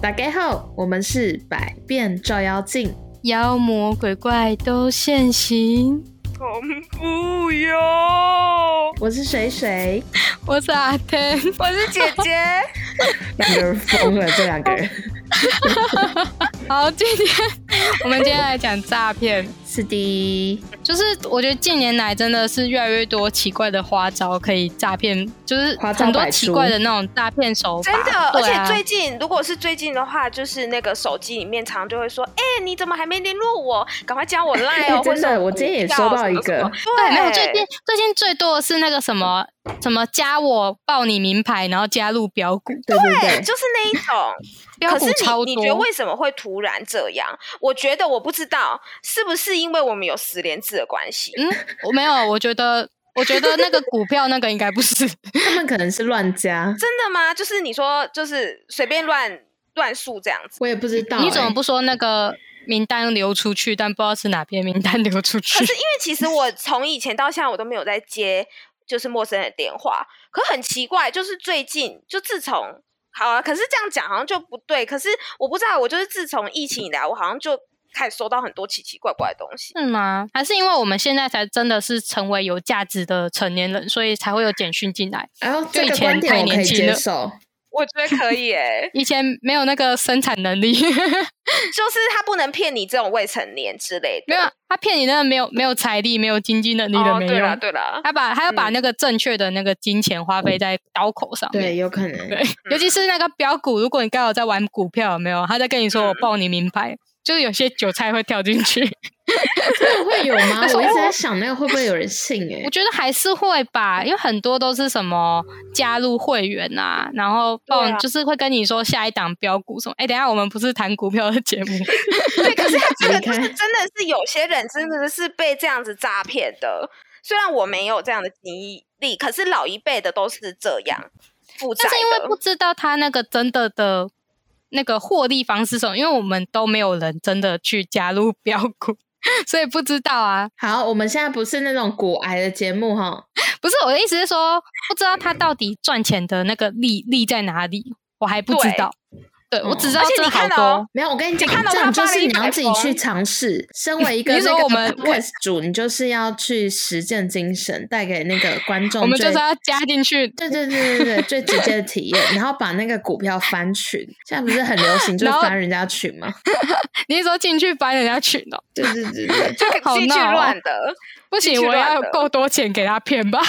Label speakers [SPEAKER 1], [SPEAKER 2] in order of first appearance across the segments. [SPEAKER 1] 打开后，我们是百变照妖镜，
[SPEAKER 2] 妖魔鬼怪都现形。
[SPEAKER 3] 恐怖哟！
[SPEAKER 1] 我是水 水，
[SPEAKER 2] 我是阿天，
[SPEAKER 3] 我是 姐姐。
[SPEAKER 1] 两个人疯了，这两个人
[SPEAKER 2] 好，今天我们今天来讲诈骗。
[SPEAKER 1] 是的，
[SPEAKER 2] 就是我觉得近年来真的是越来越多奇怪的花招可以诈骗，就是
[SPEAKER 1] 花招
[SPEAKER 2] 很多
[SPEAKER 1] 百
[SPEAKER 2] 奇
[SPEAKER 1] 出
[SPEAKER 2] 怪的那种诈骗手法。
[SPEAKER 3] 真的，而
[SPEAKER 2] 对
[SPEAKER 3] 且
[SPEAKER 2] 啊
[SPEAKER 3] 最近如果是最近的话，就是那个手机里面常就会说，哎、你怎么还没联络我？赶快加我 line 哦！
[SPEAKER 1] 真的
[SPEAKER 3] 或者
[SPEAKER 1] 我今天也
[SPEAKER 3] 股票
[SPEAKER 1] 收到一个
[SPEAKER 3] 什 么什么
[SPEAKER 2] 对，
[SPEAKER 3] 对，
[SPEAKER 2] 没有最近最近最多的是那个什么什么加我报你名牌，然后加入标股，
[SPEAKER 1] 对对对，
[SPEAKER 3] 就是那一种。
[SPEAKER 2] 标
[SPEAKER 3] 可
[SPEAKER 2] 股
[SPEAKER 3] 是
[SPEAKER 2] 超
[SPEAKER 3] 你你觉得
[SPEAKER 2] 多。
[SPEAKER 3] 为什么会突然这样？我觉得我不知道是不是因为我们有十连制的关系。
[SPEAKER 2] 嗯，我没有，我觉得我觉得那个股票那个应该不是，
[SPEAKER 1] 他们可能是乱加，
[SPEAKER 3] 真的吗？就是你说就是随便乱乱数这样子。
[SPEAKER 1] 我也不知道、
[SPEAKER 2] 你怎么
[SPEAKER 1] 欸
[SPEAKER 2] 不说那个名单流出去，但不知道是哪边名单流出去
[SPEAKER 3] 可？是因为其实我从以前到现在我都没有在接就是陌生人的电话，可很奇怪，就是最近就自从好啊，可是这样讲好像就不对。可是我不知道，我就是自从疫情以来，我好像就开始收到很多奇奇怪怪的东西。
[SPEAKER 2] 是吗？还是因为我们现在才真的是成为有价值的成年人，所以才会有简讯进来？
[SPEAKER 1] 哎呦，
[SPEAKER 2] 就
[SPEAKER 1] 这
[SPEAKER 2] 以
[SPEAKER 1] 个观
[SPEAKER 2] 前
[SPEAKER 1] 点我
[SPEAKER 2] 太
[SPEAKER 1] 可
[SPEAKER 2] 年
[SPEAKER 1] 以
[SPEAKER 2] 轻
[SPEAKER 1] 接
[SPEAKER 2] 了哦
[SPEAKER 1] 受。
[SPEAKER 3] 我觉得可以诶、
[SPEAKER 2] 以前没有那个生产能力，
[SPEAKER 3] 就是他不能骗你这种未成年之类的。
[SPEAKER 2] 没有他骗你那个没有没有财力、没有经济能力的
[SPEAKER 3] 哦，
[SPEAKER 2] 没
[SPEAKER 3] 对
[SPEAKER 2] 用。
[SPEAKER 3] 啦对啦，
[SPEAKER 2] 他把他要把
[SPEAKER 3] 嗯
[SPEAKER 2] 那个正确的那个金钱花费在刀口上面。
[SPEAKER 1] 对，有可能。
[SPEAKER 2] 对，尤其是那个标股，如果你刚好在玩股票，有没有？他在跟你
[SPEAKER 3] 嗯
[SPEAKER 2] 说我报你名牌，就是有些韭菜会跳进去。
[SPEAKER 1] 真的会有 吗？
[SPEAKER 2] 说
[SPEAKER 1] 我一直在想，那个会不会有人信、欸？
[SPEAKER 2] 我觉得还是会吧，因为很多都是什么加入会员啊，然后报、
[SPEAKER 3] 对啊
[SPEAKER 2] 就是会跟你说下一档标股什么。哎，等一下我们不是谈股票的 节目，
[SPEAKER 3] 对，可是他这
[SPEAKER 1] 离
[SPEAKER 3] 个就
[SPEAKER 1] 开
[SPEAKER 3] 是真的是有些人真的是被这样子诈骗的。虽然我没有这样的经历，可是老一辈的都是这样负债
[SPEAKER 2] 但
[SPEAKER 3] 的。
[SPEAKER 2] 是因为不知道他那个真的的那个获利方式是什么，因为我们都没有人真的去加入标股，所以不知道啊。
[SPEAKER 1] 好，我们现在不是那种骨癌的节目哈，
[SPEAKER 2] 不是我的意思是说，不知道他到底赚钱的那个利利在哪里，我还不知
[SPEAKER 3] 对
[SPEAKER 2] 道。对，我
[SPEAKER 1] 嗯
[SPEAKER 2] 只知道
[SPEAKER 3] 而且
[SPEAKER 2] 这
[SPEAKER 3] 你
[SPEAKER 2] 好
[SPEAKER 3] 看
[SPEAKER 2] 多。
[SPEAKER 3] 哦
[SPEAKER 1] 没有，我跟你讲，
[SPEAKER 3] 你看到
[SPEAKER 1] 这种
[SPEAKER 3] 他
[SPEAKER 1] 就
[SPEAKER 3] 发了
[SPEAKER 1] 是
[SPEAKER 3] 一
[SPEAKER 1] 你
[SPEAKER 3] 百
[SPEAKER 1] 要自己去
[SPEAKER 3] 封
[SPEAKER 1] 尝试。身为一个
[SPEAKER 2] 啊你
[SPEAKER 1] 那
[SPEAKER 2] 说
[SPEAKER 1] 个
[SPEAKER 2] 我们
[SPEAKER 1] podcast 主，你就是要去实践精神，带给那个观众最。
[SPEAKER 2] 我们就是要加进去，
[SPEAKER 1] 对对对对对，最直接的体验，然后把那个股票翻群，现在不是很 流行，就是
[SPEAKER 2] 然后
[SPEAKER 1] 翻人家群吗？
[SPEAKER 2] 你是说进去翻人家群哦？
[SPEAKER 1] 对对对 对，
[SPEAKER 3] 就可
[SPEAKER 2] 好
[SPEAKER 3] 以去
[SPEAKER 2] 闹哦
[SPEAKER 3] 乱的，
[SPEAKER 2] 不
[SPEAKER 3] 进
[SPEAKER 2] 行，
[SPEAKER 3] 去
[SPEAKER 2] 我
[SPEAKER 3] 乱
[SPEAKER 2] 要有
[SPEAKER 3] 的
[SPEAKER 2] 够多钱给他骗吧。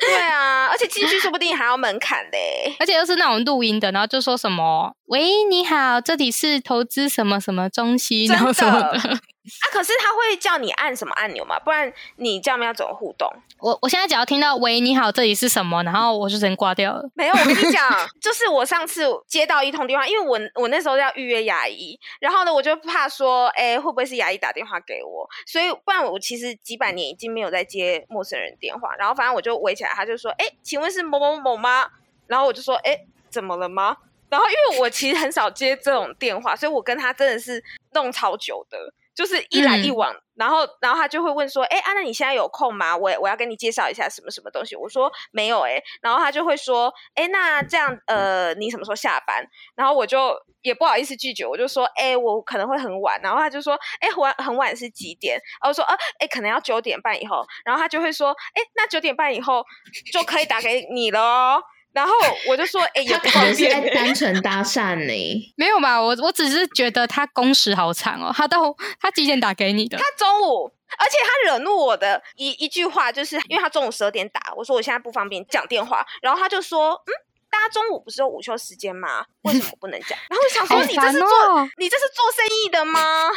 [SPEAKER 3] 对啊，而且进去说不定还要门槛 嘞。
[SPEAKER 2] 而且又是那种录音的，然后就说什么“喂，你好，这里是投资什么什么中心”，然后什
[SPEAKER 3] 真
[SPEAKER 2] 么
[SPEAKER 3] 的
[SPEAKER 2] 的。
[SPEAKER 3] 啊，可是他会叫你按什么按钮嘛？不然你这样要怎么互动？
[SPEAKER 2] 我我现在只要听到“喂，你好，这里是什么”，然后我就直接挂掉了。
[SPEAKER 3] 没有，我跟你讲，就是我上次接到一通电话，因为我我那时候要预约牙医，然后呢，我就怕说，哎，会不会是牙医打电话给我？所以，不然我其实几百年已经没有在接陌生人电话。然后，反正我就围起来，他就说，哎，请问是某某某吗？然后我就说，哎，怎么了吗？然后，因为我其实很少接这种电话，所以我跟他真的是弄超久的。就是一来一
[SPEAKER 2] 嗯
[SPEAKER 3] 往，然后然后他就会问说，哎、啊，那你现在有空吗？我我要跟你介绍一下什么什么东西。我说没有哎、诶然后他就会说，哎，那这样呃，你什么时候下班？然后我就也不好意思拒绝，我就说，哎，我可能会很晚。然后他就说，哎，晚很晚是几点？然后我说，啊，哎，可能要九点半以后。然后他就会说，哎，那九点半以后就可以打给你了哦。然后我就说，哎，也
[SPEAKER 1] 他
[SPEAKER 3] 不
[SPEAKER 1] 感
[SPEAKER 3] 方
[SPEAKER 1] 觉是
[SPEAKER 3] 便、
[SPEAKER 1] 在
[SPEAKER 2] 欸
[SPEAKER 1] 单纯搭讪 你，
[SPEAKER 2] 没有吧？我我只是觉得他工时好长哦，他到他几点打给你的？
[SPEAKER 3] 他中午，而且他惹怒我的一一句话，就是因为他中午十二点打，我说我现在不方便讲电话，然后他就说，嗯，大家中午不是有午休时间吗？为什么不能讲？然后我想
[SPEAKER 2] 好
[SPEAKER 3] 说，你这
[SPEAKER 2] 烦
[SPEAKER 3] 是做、
[SPEAKER 2] 哦！
[SPEAKER 3] 你这是做生意的吗？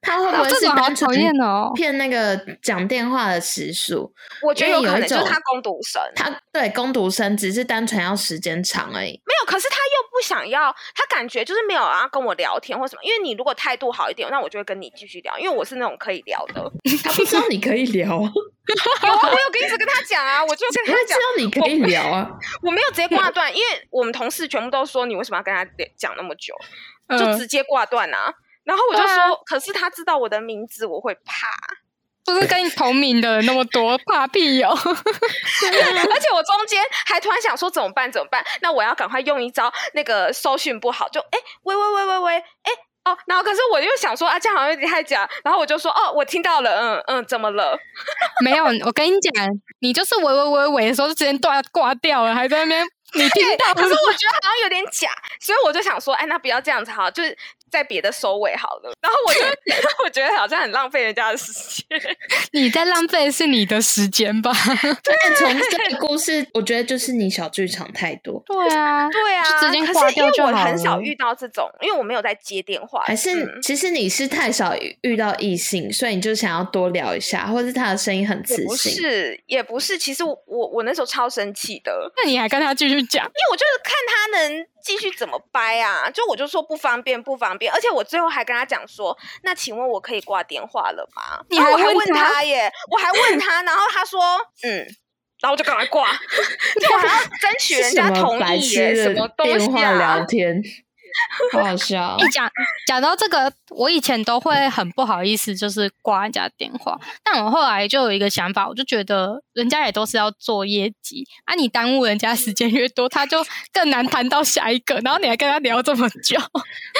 [SPEAKER 1] 他会不
[SPEAKER 2] 啊
[SPEAKER 1] 会
[SPEAKER 2] 这
[SPEAKER 1] 是
[SPEAKER 2] 种好
[SPEAKER 1] 单纯
[SPEAKER 2] 讨厌哦。
[SPEAKER 1] 骗那个讲电话的时数？
[SPEAKER 3] 我觉得
[SPEAKER 1] 因为
[SPEAKER 3] 有
[SPEAKER 1] 有
[SPEAKER 3] 可
[SPEAKER 1] 一
[SPEAKER 3] 能就是
[SPEAKER 1] 种
[SPEAKER 3] 他攻读生，
[SPEAKER 1] 他对工读生只是单纯要时间长而已。
[SPEAKER 3] 没有，可是他又不想要，他感觉就是没有要跟我聊天或什么。因为你如果态度好一点，那我就会跟你继续聊，因为我是那种可以聊的。
[SPEAKER 1] 他不知道你可以聊 啊，
[SPEAKER 3] 有啊，我有跟一直跟他讲啊，我就跟
[SPEAKER 1] 他
[SPEAKER 3] 他
[SPEAKER 1] 会知
[SPEAKER 3] 讲，
[SPEAKER 1] 道你可以聊啊。
[SPEAKER 3] 我没有直接挂断，因为我们同事全部都说你为什么要跟他讲那么久。就
[SPEAKER 2] 嗯
[SPEAKER 3] 直接挂断啊。然后我就
[SPEAKER 2] 对
[SPEAKER 3] 说，
[SPEAKER 2] 啊
[SPEAKER 3] 可是他知道我的名字，我会怕。
[SPEAKER 2] 不是跟你同名的人那么多，怕屁哦 哟、
[SPEAKER 3] 而且我中间还突然想说怎么办怎么办？那我要赶快用一招那个搜寻不好，就哎喂喂喂喂喂，哎哦，然后可是我又想说啊，这样好像有点太假，然后我就说哦，我听到了，嗯嗯，怎么了？
[SPEAKER 2] 没有，我跟你讲，你就是喂喂喂喂的时候就直接挂挂掉了，还在那边你听到
[SPEAKER 3] 啊可是我觉得好像有点假，所以我就想说，哎，那不要这样子好，就是在别的收尾好了。然后我就我觉得好像很浪费人家的时间。
[SPEAKER 2] 你在浪费的是你的时间吧？
[SPEAKER 1] 但从这个故事，我觉得就是你小剧场太多，
[SPEAKER 2] 对啊，
[SPEAKER 3] 对啊，
[SPEAKER 2] 就直接
[SPEAKER 3] 可
[SPEAKER 2] 挂
[SPEAKER 3] 是因
[SPEAKER 2] 掉
[SPEAKER 3] 为
[SPEAKER 2] 就
[SPEAKER 3] 我
[SPEAKER 2] 好了
[SPEAKER 3] 很少遇到这种，因为我没有在接电话，
[SPEAKER 1] 还是
[SPEAKER 3] 嗯
[SPEAKER 1] 其实你是太少遇到异性，所以你就想要多聊一下，或是他的声音很
[SPEAKER 3] 也
[SPEAKER 1] 磁
[SPEAKER 3] 不
[SPEAKER 1] 性。
[SPEAKER 3] 是也不是，其实我我我那时候超生气的。
[SPEAKER 2] 那你还跟他继续讲？
[SPEAKER 3] 因为我就是看他能继续怎么掰啊，就我就说不方便不方便，而且我最后还跟他讲说，那请问我可以挂电话了吗？
[SPEAKER 2] 你
[SPEAKER 3] 然后
[SPEAKER 2] 还
[SPEAKER 3] 我还
[SPEAKER 2] 问
[SPEAKER 3] 问
[SPEAKER 2] 他
[SPEAKER 3] 他耶，我还问他，然后他说嗯，然后我就赶快挂，就我还要争取人
[SPEAKER 1] 是什
[SPEAKER 3] 家
[SPEAKER 1] 么
[SPEAKER 3] 同
[SPEAKER 1] 白
[SPEAKER 3] 意耶，
[SPEAKER 1] 痴
[SPEAKER 3] 什
[SPEAKER 1] 的
[SPEAKER 3] 么东
[SPEAKER 1] 电
[SPEAKER 3] 西
[SPEAKER 1] 话聊
[SPEAKER 3] 啊？
[SPEAKER 1] 天， 好好笑哦
[SPEAKER 2] 一。讲讲到这个，我以前都会很不好意思，就是挂人家电话。但我后来就有一个想法，我就觉得人家也都是要做业绩啊，你耽误人家时间越多，他就更难谈到下一个，然后你还跟他聊这么 久。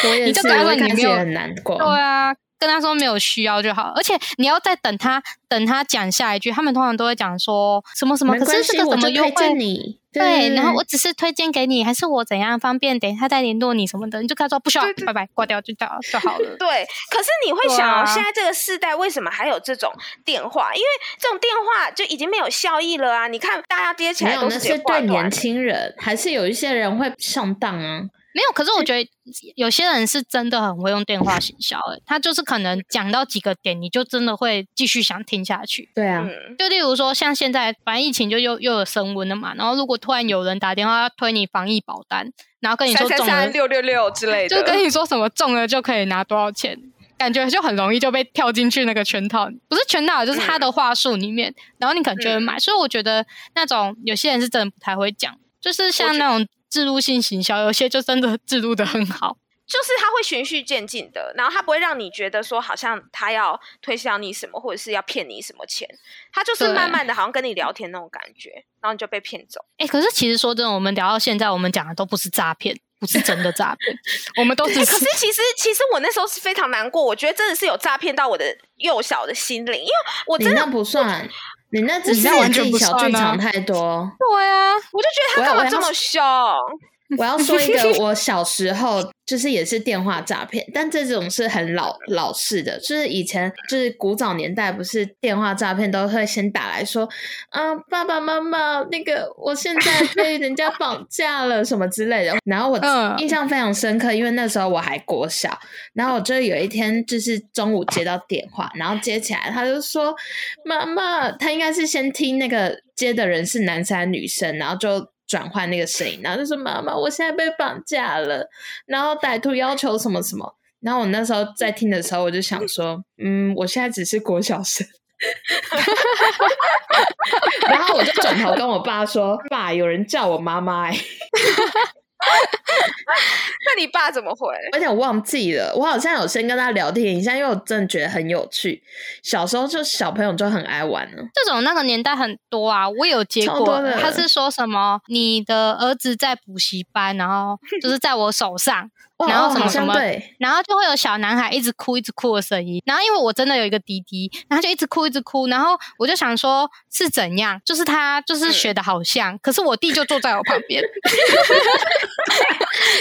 [SPEAKER 1] 我也
[SPEAKER 2] 你
[SPEAKER 1] 是，
[SPEAKER 2] 就跟他
[SPEAKER 1] 我
[SPEAKER 2] 说
[SPEAKER 1] 一开
[SPEAKER 2] 你没
[SPEAKER 1] 始也
[SPEAKER 2] 有
[SPEAKER 1] 很难过。
[SPEAKER 2] 对啊，跟他说没有需要就好，而且你要再等他等他讲下一句，他们通常都会讲说什么什么，
[SPEAKER 1] 没
[SPEAKER 2] 可
[SPEAKER 1] 关
[SPEAKER 2] 是这
[SPEAKER 1] 系，
[SPEAKER 2] 个
[SPEAKER 1] 我
[SPEAKER 2] 怎
[SPEAKER 1] 就
[SPEAKER 2] 么
[SPEAKER 1] 推
[SPEAKER 2] 优惠
[SPEAKER 1] 荐。你。
[SPEAKER 2] 对，然后我只是推荐给你，还是我怎样方便？等一下再联络你什么的，你就跟他说不需要
[SPEAKER 3] 对，对
[SPEAKER 2] 拜拜，挂掉就到就好了。
[SPEAKER 3] 对，可是你会
[SPEAKER 2] 对
[SPEAKER 3] 想、哦，
[SPEAKER 2] 啊
[SPEAKER 3] 现在这个世代为什么还有这种电话？因为这种电话就已经没有效益了啊！你看大家接起
[SPEAKER 1] 没
[SPEAKER 3] 来
[SPEAKER 1] 有，
[SPEAKER 3] 都
[SPEAKER 1] 那
[SPEAKER 3] 直接
[SPEAKER 1] 是
[SPEAKER 3] 挂
[SPEAKER 1] 对
[SPEAKER 3] 断
[SPEAKER 1] 年轻人，还是有一些人会上当啊。
[SPEAKER 2] 没有，可是我觉得有些人是真的很会用电话行销、欸，他就是可能讲到几个点，你就真的会继续想听下去。
[SPEAKER 1] 对啊，
[SPEAKER 3] 嗯，
[SPEAKER 2] 就例如说，像现在反正疫情就又又有升温了嘛，然后如果突然有人打电话要推你防疫保单，然后跟你
[SPEAKER 3] 三
[SPEAKER 2] 说
[SPEAKER 3] 三
[SPEAKER 2] 中
[SPEAKER 3] 三
[SPEAKER 2] 了，
[SPEAKER 3] 六六六之类的，
[SPEAKER 2] 就跟你说什么中了就可以拿多少钱，感觉就很容易就被跳进去那个圈套，不是圈套，就是他的话术里面，然后你可能就会买。所以我觉得那种有些人是真的不太会讲，就是
[SPEAKER 3] 我
[SPEAKER 2] 像
[SPEAKER 3] 觉
[SPEAKER 2] 那种制度性行销，有些就真的制度的很好。
[SPEAKER 3] 就是他会循序渐进的，然后他不会让你觉得说好像他要推销你什么，或者是要骗你什么钱，他就是
[SPEAKER 2] 对
[SPEAKER 3] 慢慢的，好像跟你聊天那种感觉，然后你就被骗走。
[SPEAKER 2] 哎、可是其实说真的，我们聊到现在，我们讲的都不是诈骗，不是真的诈骗， 我们都只
[SPEAKER 3] 欸可
[SPEAKER 2] 是
[SPEAKER 3] 是其实其实我那时候是非常难过，我觉得真的是有诈骗到我的幼小的心灵，因为我
[SPEAKER 1] 你
[SPEAKER 3] 真的
[SPEAKER 1] 那不算，啊你那只
[SPEAKER 2] 你
[SPEAKER 1] 是
[SPEAKER 2] 那完
[SPEAKER 1] 你自
[SPEAKER 2] 全
[SPEAKER 1] 己
[SPEAKER 2] 不
[SPEAKER 1] 小剧
[SPEAKER 2] 算啊
[SPEAKER 1] 场太多。
[SPEAKER 2] 对啊，
[SPEAKER 3] 我就觉得他
[SPEAKER 1] 我要
[SPEAKER 3] 干
[SPEAKER 1] 我
[SPEAKER 3] 嘛
[SPEAKER 1] 要
[SPEAKER 3] 这么凶？
[SPEAKER 1] 我要说一个，我小时候就是也是电话诈骗，但这种是很老老式的，就是以前就是古早年代，不是电话诈骗都会先打来说，啊，爸爸妈妈，那个我现在被人家绑架了什么之类的。然后我
[SPEAKER 2] 嗯
[SPEAKER 1] 印象非常深刻，因为那时候我还国小，然后我就有一天就是中午接到电话，然后接起来，他就说妈妈，他应该是先听那个接的人是男生还是女生，然后就。转换那个声音，然后就说：“妈妈，我现在被绑架了，然后歹徒要求什么什么。”然后我那时候在听的时候，我就想说：“嗯，我现在只是国小生， 然后我就转头跟我爸说：“爸，有人叫我妈妈、欸，
[SPEAKER 3] 那你爸怎么回？
[SPEAKER 1] 而且我忘记了，我好像有先跟他聊天一下，因为我真的觉得很有趣。小时候就小朋友就很爱玩了，
[SPEAKER 2] 这种那个年代很多啊，我有结
[SPEAKER 1] 超多
[SPEAKER 2] 果
[SPEAKER 1] 的，
[SPEAKER 2] 他是说什么你的儿子在补习班，然后就是在我手上，
[SPEAKER 1] 哇
[SPEAKER 2] 然
[SPEAKER 1] 哦
[SPEAKER 2] 后什么
[SPEAKER 1] 好像
[SPEAKER 2] 什么
[SPEAKER 1] 对，
[SPEAKER 2] 然后就会有小男孩一直哭一直哭的声音。然后因为我真的有一个弟弟，然后就一直哭一直哭，然后我就想说是怎样，就是他就是学
[SPEAKER 3] 嗯
[SPEAKER 2] 的好像，可是我弟就坐在我旁 边，
[SPEAKER 3] 还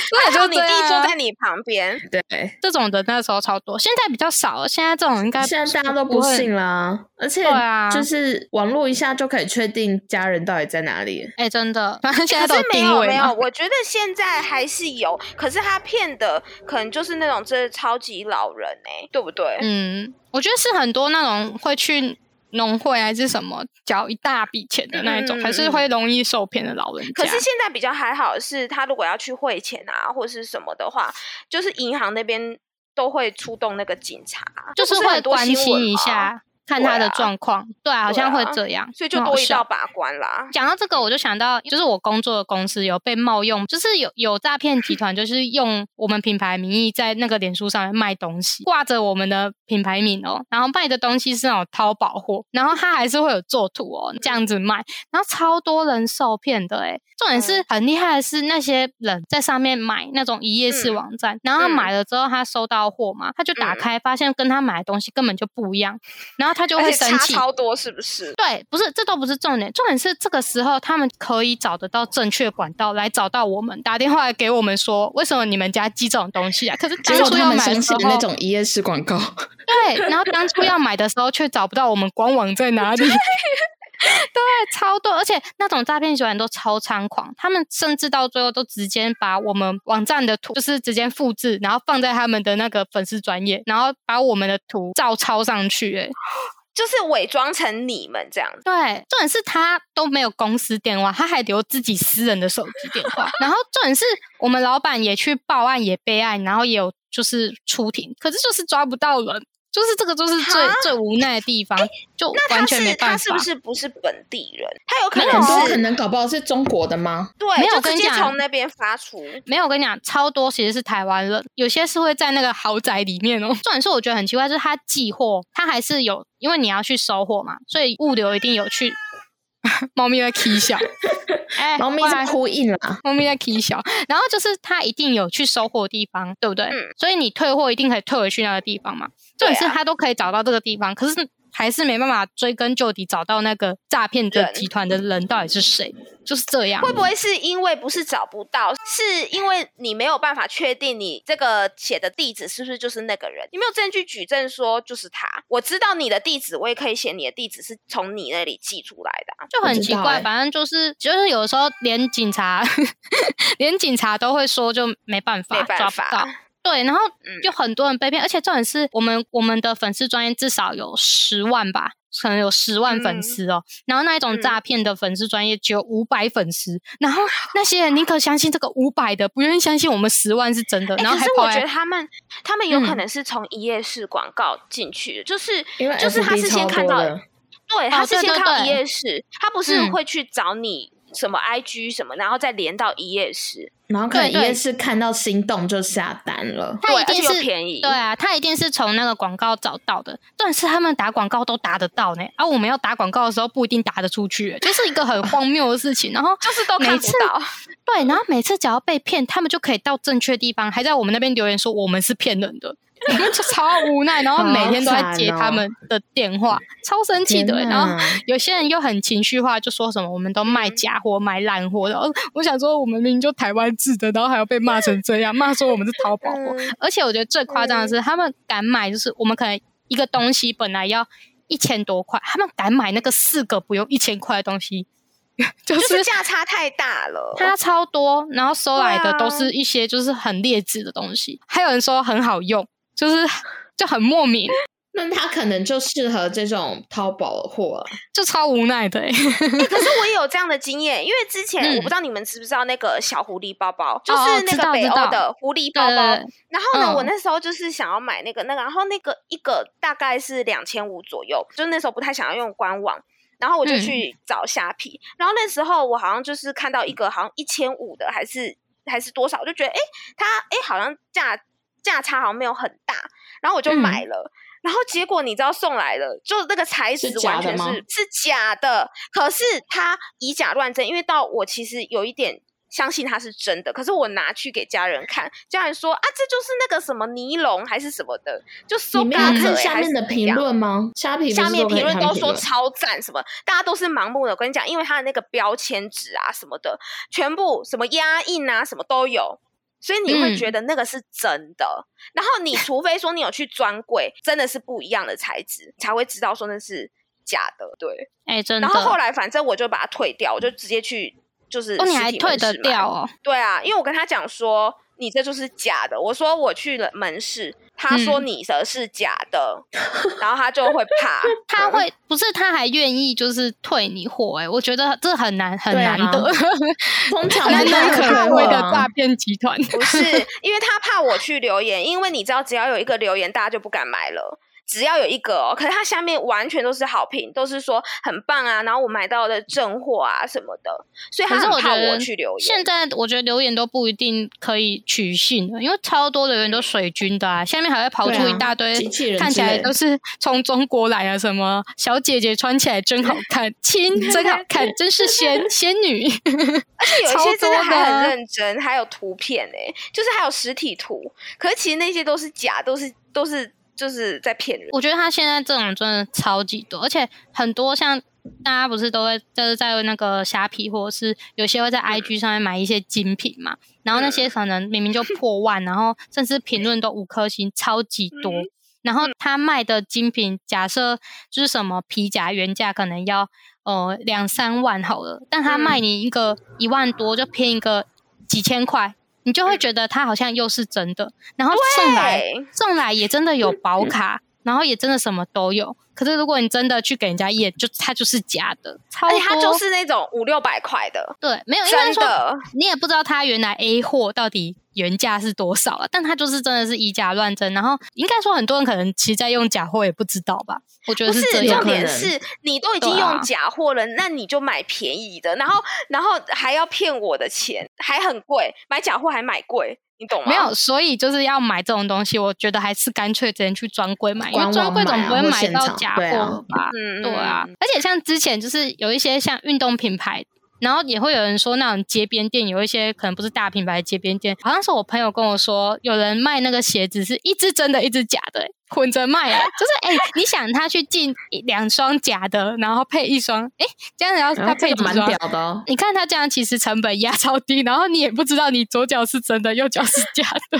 [SPEAKER 2] 对，
[SPEAKER 3] 好
[SPEAKER 2] 就
[SPEAKER 3] 你
[SPEAKER 2] 这
[SPEAKER 3] 弟
[SPEAKER 2] 样
[SPEAKER 3] 坐
[SPEAKER 2] 啊
[SPEAKER 3] 在你旁边，
[SPEAKER 1] 对，
[SPEAKER 2] 这种的那时候超多，现在比较少了，现在这种应该
[SPEAKER 1] 现在大家都不
[SPEAKER 2] 会
[SPEAKER 1] 信啦，而且
[SPEAKER 2] 对啊
[SPEAKER 1] 就是网络一下就可以确定家人到底在哪里。
[SPEAKER 2] 哎、真的，反正现在
[SPEAKER 3] 可
[SPEAKER 2] 都
[SPEAKER 3] 是没
[SPEAKER 2] 定
[SPEAKER 3] 有
[SPEAKER 2] 位
[SPEAKER 3] 没有，
[SPEAKER 2] 嘛。
[SPEAKER 3] 我觉得现在还是有，可是他骗的可能就是那种真的超级老人哎、对不对？
[SPEAKER 2] 嗯，我觉得是很多那种会去农会还是什么缴一大笔钱的那一种，
[SPEAKER 3] 嗯嗯
[SPEAKER 2] 还是会容易受骗的老人家。
[SPEAKER 3] 可是现在比较还好的是，他如果要去汇钱啊，或是什么的话，就是银行那边都会出动那个警察，
[SPEAKER 2] 就是
[SPEAKER 3] 这不是
[SPEAKER 2] 会
[SPEAKER 3] 很多
[SPEAKER 2] 关
[SPEAKER 3] 新闻
[SPEAKER 2] 心一
[SPEAKER 3] 吗。
[SPEAKER 2] 下，看他
[SPEAKER 3] 对
[SPEAKER 2] 的
[SPEAKER 3] 啊
[SPEAKER 2] 状况。对啊，好像会
[SPEAKER 3] 对啊
[SPEAKER 2] 这样，嗯
[SPEAKER 3] 所以就
[SPEAKER 2] 很好
[SPEAKER 3] 多一
[SPEAKER 2] 笑
[SPEAKER 3] 道把关啦。
[SPEAKER 2] 讲到这个，我就想到，就是我工作的公司有被冒用，就是有有诈骗集团，就是用我们品牌名义在那个脸书上面卖东西，挂着我们的品牌名哦，然后卖的东西是那种淘宝货，然后他还是会有做图哦，这样子卖，然后超多人受骗的诶重点
[SPEAKER 3] 嗯
[SPEAKER 2] 是很厉害的是那些人在上面买那种一页式
[SPEAKER 3] 嗯
[SPEAKER 2] 网站，然后他买了之后他收到货嘛，他就打
[SPEAKER 3] 嗯
[SPEAKER 2] 开发现跟他买的东西根本就不一样，然后他就
[SPEAKER 3] 而
[SPEAKER 2] 会
[SPEAKER 3] 且
[SPEAKER 2] 生
[SPEAKER 3] 差
[SPEAKER 2] 气，
[SPEAKER 3] 超多，是不是？
[SPEAKER 2] 对，不是，这都不是重点，重点是这个时候他们可以找得到正确管道来找到我们，打电话来给我们说为什么你们家寄这种东西啊？可是当
[SPEAKER 1] 结果
[SPEAKER 2] 初
[SPEAKER 1] 他
[SPEAKER 2] 要
[SPEAKER 1] 们
[SPEAKER 2] 买的
[SPEAKER 1] 生
[SPEAKER 2] 时
[SPEAKER 1] 起
[SPEAKER 2] 候，
[SPEAKER 1] 的那种一夜式 广告，
[SPEAKER 2] 对，然后当初要买的时候却找不到我们官网在哪 里。对，超多，而且那种诈骗集团都超猖狂，他们甚至到最后都直接把我们网站的图，就是直接复制，然后放在他们的那个粉丝专业，然后把我们的图照抄上去、欸，
[SPEAKER 3] 就是伪装成你们这样子。
[SPEAKER 2] 对，重点是他都没有公司电话，他还留自己私人的手机电话。然后重点是我们老板也去报案，也备案，然后也有就是出庭，可是就是抓不到人，就是这个就是最
[SPEAKER 3] 哈
[SPEAKER 2] 最无奈的地方，就
[SPEAKER 3] 那
[SPEAKER 2] 完
[SPEAKER 3] 他
[SPEAKER 2] 全没
[SPEAKER 3] 是
[SPEAKER 2] 办法。
[SPEAKER 3] 他是不是不是本地人？他有可
[SPEAKER 2] 没有
[SPEAKER 1] 很
[SPEAKER 3] 能
[SPEAKER 1] 多
[SPEAKER 3] 是
[SPEAKER 1] 可能搞不好是中国的吗？
[SPEAKER 2] 没
[SPEAKER 3] 对，
[SPEAKER 2] 有
[SPEAKER 3] 就
[SPEAKER 2] 我跟
[SPEAKER 3] 直
[SPEAKER 2] 你
[SPEAKER 3] 接
[SPEAKER 2] 讲
[SPEAKER 3] 从那边发出。
[SPEAKER 2] 没有，我跟你讲，超多其实是台湾人，有些是会在那个豪宅里面哦。重点是我觉得很奇怪，就是他寄货，他还是有，因为你要去收货嘛，所以物流一定有去。 猫咪在啼 笑，哎、
[SPEAKER 1] 猫咪
[SPEAKER 2] 过
[SPEAKER 1] 在
[SPEAKER 2] 来
[SPEAKER 1] 呼应啦，
[SPEAKER 2] 后面在 K 小，然后就是他一定有去收货的地方，对不对？
[SPEAKER 3] 嗯
[SPEAKER 2] 所以你退货一定可以退回去那个地方嘛。重
[SPEAKER 3] 对啊
[SPEAKER 2] 点是他都可以找到这个地方，可是还是没办法追根究底找到那个诈骗的
[SPEAKER 3] 人
[SPEAKER 2] 集团的人到底是谁，就是这样。
[SPEAKER 3] 会不会是因为不是找不到，是因为你没有办法确定你这个写的地址是不是就是那个人？你没有证据举证说就是他。我知道你的地址，我也可以写你的地址是从你那里寄出来的啊、
[SPEAKER 2] 就很奇
[SPEAKER 1] 不知道
[SPEAKER 2] 怪，
[SPEAKER 1] 欸
[SPEAKER 2] 反正就是就是有时候连警察 连警察都会说就没办法
[SPEAKER 3] 没
[SPEAKER 2] 啊
[SPEAKER 3] 办
[SPEAKER 2] 抓
[SPEAKER 3] 法
[SPEAKER 2] 不到。对，然后
[SPEAKER 3] 嗯
[SPEAKER 2] 就很多人被骗，而且重点是我们我们的粉丝专业至少有十万吧，可能有十万粉
[SPEAKER 3] 嗯
[SPEAKER 2] 丝哦。然后那一种
[SPEAKER 3] 嗯
[SPEAKER 2] 诈骗的粉丝专业只有五百粉丝，然后那些人宁可相信这个五百的，不愿意相信我们十万是真的，
[SPEAKER 3] 哎、
[SPEAKER 2] 然后
[SPEAKER 3] 可
[SPEAKER 2] 还
[SPEAKER 3] 是
[SPEAKER 2] 跑
[SPEAKER 3] 我觉得
[SPEAKER 2] 来。
[SPEAKER 3] 他们他们有可
[SPEAKER 2] 嗯
[SPEAKER 3] 能是从一页式广告进去的，就是
[SPEAKER 1] 因为
[SPEAKER 3] 就是他
[SPEAKER 1] FB
[SPEAKER 3] 是先
[SPEAKER 1] 超
[SPEAKER 3] 看
[SPEAKER 1] 多
[SPEAKER 3] 到
[SPEAKER 1] 的
[SPEAKER 3] 对，他
[SPEAKER 2] 哦
[SPEAKER 3] 是
[SPEAKER 2] 对
[SPEAKER 3] 先
[SPEAKER 2] 对
[SPEAKER 3] 看到
[SPEAKER 2] 对
[SPEAKER 3] 一页式，他不是
[SPEAKER 2] 嗯
[SPEAKER 3] 会去找你什么 IG 什么，然后再连到一页式，
[SPEAKER 1] 然后可能
[SPEAKER 2] 对
[SPEAKER 1] 一
[SPEAKER 2] 对
[SPEAKER 1] 夜式看到心动就下单了。
[SPEAKER 2] 他一
[SPEAKER 3] 对而
[SPEAKER 2] 定
[SPEAKER 3] 且又
[SPEAKER 2] 是
[SPEAKER 3] 便宜
[SPEAKER 2] 对啊，他一定是从那个广告找到的。但是他们打广告都打得到呢，啊而、我们要打广告的时候不一定打得出去，就是一个很荒谬的事情。然后
[SPEAKER 3] 就是都看
[SPEAKER 2] 每
[SPEAKER 3] 不
[SPEAKER 2] 次
[SPEAKER 3] 到。
[SPEAKER 2] 对，然后每次只要被骗，他们就可以到正确地方，还在我们那边留言说我们是骗人的，我们就超无奈，然后每天都在接
[SPEAKER 1] 好惨哦
[SPEAKER 2] 他们的电话，超生气的欸。
[SPEAKER 1] 天
[SPEAKER 2] 然后
[SPEAKER 1] 哪嗯
[SPEAKER 2] 有些人又很情绪化，就说什么我们都卖假货、卖烂货，然后我想说我们明明就台湾制的，然后还要被骂成这样，骂说我们是淘宝货。
[SPEAKER 3] 嗯
[SPEAKER 2] 而且我觉得最夸张的
[SPEAKER 1] 嗯
[SPEAKER 2] 是，他们敢买，就是我们可能一个东西本来要一千多块，他们敢买那个四个不用一千块的东西， 就
[SPEAKER 3] 就是
[SPEAKER 2] 是
[SPEAKER 3] 价差太大了，
[SPEAKER 2] 它超多，然后收来的
[SPEAKER 3] 对啊
[SPEAKER 2] 都是一些就是很劣质的东西，还有人说很好用，就是 就很莫名，
[SPEAKER 1] 那他可能就适合这种淘宝货啊了。
[SPEAKER 2] 就超无奈的、欸。
[SPEAKER 3] 欸可是我也有这样的经验，因为之前
[SPEAKER 2] 嗯
[SPEAKER 3] 我不知道你们知不知道那个小狐狸包包，就
[SPEAKER 2] 哦
[SPEAKER 3] 是那
[SPEAKER 2] 知道
[SPEAKER 3] 个北
[SPEAKER 2] 知道
[SPEAKER 3] 欧的狐狸
[SPEAKER 2] 对
[SPEAKER 3] 包
[SPEAKER 2] 对
[SPEAKER 3] 包。
[SPEAKER 2] 对
[SPEAKER 3] 然后呢，
[SPEAKER 2] 嗯
[SPEAKER 3] 我那时候就是想要买那个那个，然后那个一个大概是两千五左右，就那时候不太想要用官网。然后我就
[SPEAKER 2] 嗯
[SPEAKER 3] 去找虾皮，然后那时候我好像就是看到一个好像一千五的，还是还是多少，我就觉得哎，它哎好像价价差好像没有很大，然后我就
[SPEAKER 2] 嗯
[SPEAKER 3] 买了。然后结果你知道送来了，就那个材
[SPEAKER 1] 是
[SPEAKER 3] 质
[SPEAKER 1] 假
[SPEAKER 3] 完
[SPEAKER 1] 的
[SPEAKER 3] 全
[SPEAKER 1] 吗
[SPEAKER 3] 是是假的，可是他以假乱真，因为到我其实有一点相信它是真的，可是我拿去给家人看，家人说啊，这就是那个什么尼龙还是什么的，就
[SPEAKER 1] 你
[SPEAKER 3] 收
[SPEAKER 1] 没有
[SPEAKER 3] 嘎
[SPEAKER 1] 看
[SPEAKER 3] 子
[SPEAKER 1] 下面的评。论吗？虾皮不是
[SPEAKER 3] 下面
[SPEAKER 1] 都可以
[SPEAKER 3] 评论
[SPEAKER 1] 看
[SPEAKER 3] 都说超赞，什么大家都是盲目的。我跟你讲，因为它的那个标签纸啊什么的，全部什么压印啊什么都有，所以你会觉得那个是真的。然后你除非说你有去专柜，真的是不一样的材质，才会知道说那是假的。对，
[SPEAKER 2] 哎、真的。
[SPEAKER 3] 然后后来反正我就把它退掉，我就直接去就是
[SPEAKER 2] 哦，你
[SPEAKER 3] 实
[SPEAKER 2] 还
[SPEAKER 3] 体
[SPEAKER 2] 退
[SPEAKER 3] 门
[SPEAKER 2] 得
[SPEAKER 3] 市买
[SPEAKER 2] 掉？哦？，
[SPEAKER 3] 对啊，因为我跟他讲说你这就是假的，我说我去了门市，他说你的是假的， 然后他就会怕
[SPEAKER 2] 他会不是他还愿意就是退你货哎、我觉得这很难很
[SPEAKER 1] 对啊
[SPEAKER 2] 难得，
[SPEAKER 1] 通常
[SPEAKER 2] 难
[SPEAKER 1] 不
[SPEAKER 2] 能
[SPEAKER 1] 太会
[SPEAKER 2] 可
[SPEAKER 1] 退
[SPEAKER 2] 贵
[SPEAKER 1] 货
[SPEAKER 2] 的
[SPEAKER 1] 啊
[SPEAKER 2] 诈骗集团。
[SPEAKER 3] 不是因为他怕我去留言，因为你知道只要有一个留言，大家就不敢买了。只要有一个、哦，可是它下面完全都是好评，都是说很棒啊，然后我买到的正货啊什么的，所以他
[SPEAKER 2] 可是
[SPEAKER 3] 很
[SPEAKER 2] 我觉
[SPEAKER 3] 怕
[SPEAKER 2] 得
[SPEAKER 3] 我去留言。
[SPEAKER 2] 现在我觉得留言都不一定可以取信的，因为超多留言都水军的啊，下面还会跑
[SPEAKER 1] 对
[SPEAKER 2] 出
[SPEAKER 1] 啊
[SPEAKER 2] 一大堆
[SPEAKER 1] 机器人
[SPEAKER 2] 看
[SPEAKER 1] 之
[SPEAKER 2] 起来
[SPEAKER 1] 类的
[SPEAKER 2] 都是从中国来啊，什么小姐姐穿起来真好看，亲真好看，真是仙仙女。
[SPEAKER 3] 有一
[SPEAKER 2] 超
[SPEAKER 3] 些真
[SPEAKER 2] 多
[SPEAKER 3] 的还
[SPEAKER 2] 的
[SPEAKER 3] 很认真，还有图片哎、就是还有实体图，可是其实那些都是假，都是都是就是在骗人。
[SPEAKER 2] 我觉得他现在这种真的超级多，而且很多像大家不是都会就是在那个虾皮或者是有些会在 IG 上面买一些精品嘛，然后那些可能明明就破万，然后甚至评论都五颗星，超级多。然后他卖的精品，假设就是什么皮夹原价可能要呃两三万好了，但他卖你一个一万多，就骗一个几千块，你就会觉得他好像又是真的，然后送来
[SPEAKER 3] 对
[SPEAKER 2] 送来也真的有保卡，然后也真的什么都有。可是如果你真的去给人家验，就它就是假的，超
[SPEAKER 3] 而
[SPEAKER 2] 多。
[SPEAKER 3] 且它就是那种五六百块的，
[SPEAKER 2] 对，没有，应该
[SPEAKER 3] 真
[SPEAKER 2] 说
[SPEAKER 3] 的，
[SPEAKER 2] 你也不知道它原来 A 货到底原价是多少啊，但它就是真的是以假乱真。然后应该说很多人可能其实在用假货也不知道吧，我觉
[SPEAKER 3] 不
[SPEAKER 2] 得
[SPEAKER 3] 是
[SPEAKER 1] 有
[SPEAKER 2] 这样
[SPEAKER 3] 重
[SPEAKER 1] 可。
[SPEAKER 3] 点
[SPEAKER 1] 能
[SPEAKER 3] 是你都已经
[SPEAKER 2] 对啊
[SPEAKER 3] 用假货了，那你就买便宜的，然后然后还要骗我的钱，还很贵，买假货还买贵，你懂吗？
[SPEAKER 2] 没有，所以就是要买这种东西，我觉得还是干脆直接去专柜买，因
[SPEAKER 1] 官
[SPEAKER 2] 为
[SPEAKER 1] 网
[SPEAKER 2] 专柜总
[SPEAKER 1] 买啊
[SPEAKER 2] 不会
[SPEAKER 1] 或
[SPEAKER 2] 买
[SPEAKER 1] 现
[SPEAKER 2] 到
[SPEAKER 1] 场
[SPEAKER 2] 假
[SPEAKER 1] 对啊
[SPEAKER 2] 货吧？
[SPEAKER 3] 嗯，嗯，
[SPEAKER 2] 对啊，而且像之前就是有一些像运动品牌，然后也会有人说那种街边店，有一些可能不是大品牌的街边店，好像是我朋友跟我说，有人卖那个鞋子是一只真的，一只假的、欸混着卖、欸，就是哎、欸你想他去进一两双假的，然后配一双，哎、这样子要
[SPEAKER 1] 然后
[SPEAKER 2] 他
[SPEAKER 1] 这
[SPEAKER 2] 配
[SPEAKER 1] 个
[SPEAKER 2] 几
[SPEAKER 1] 蛮
[SPEAKER 2] 双
[SPEAKER 1] 屌？的 哦。
[SPEAKER 2] 你看他这样其实成本压超低，然后你也不知道你左脚是真的，右脚是假的。
[SPEAKER 3] 嗯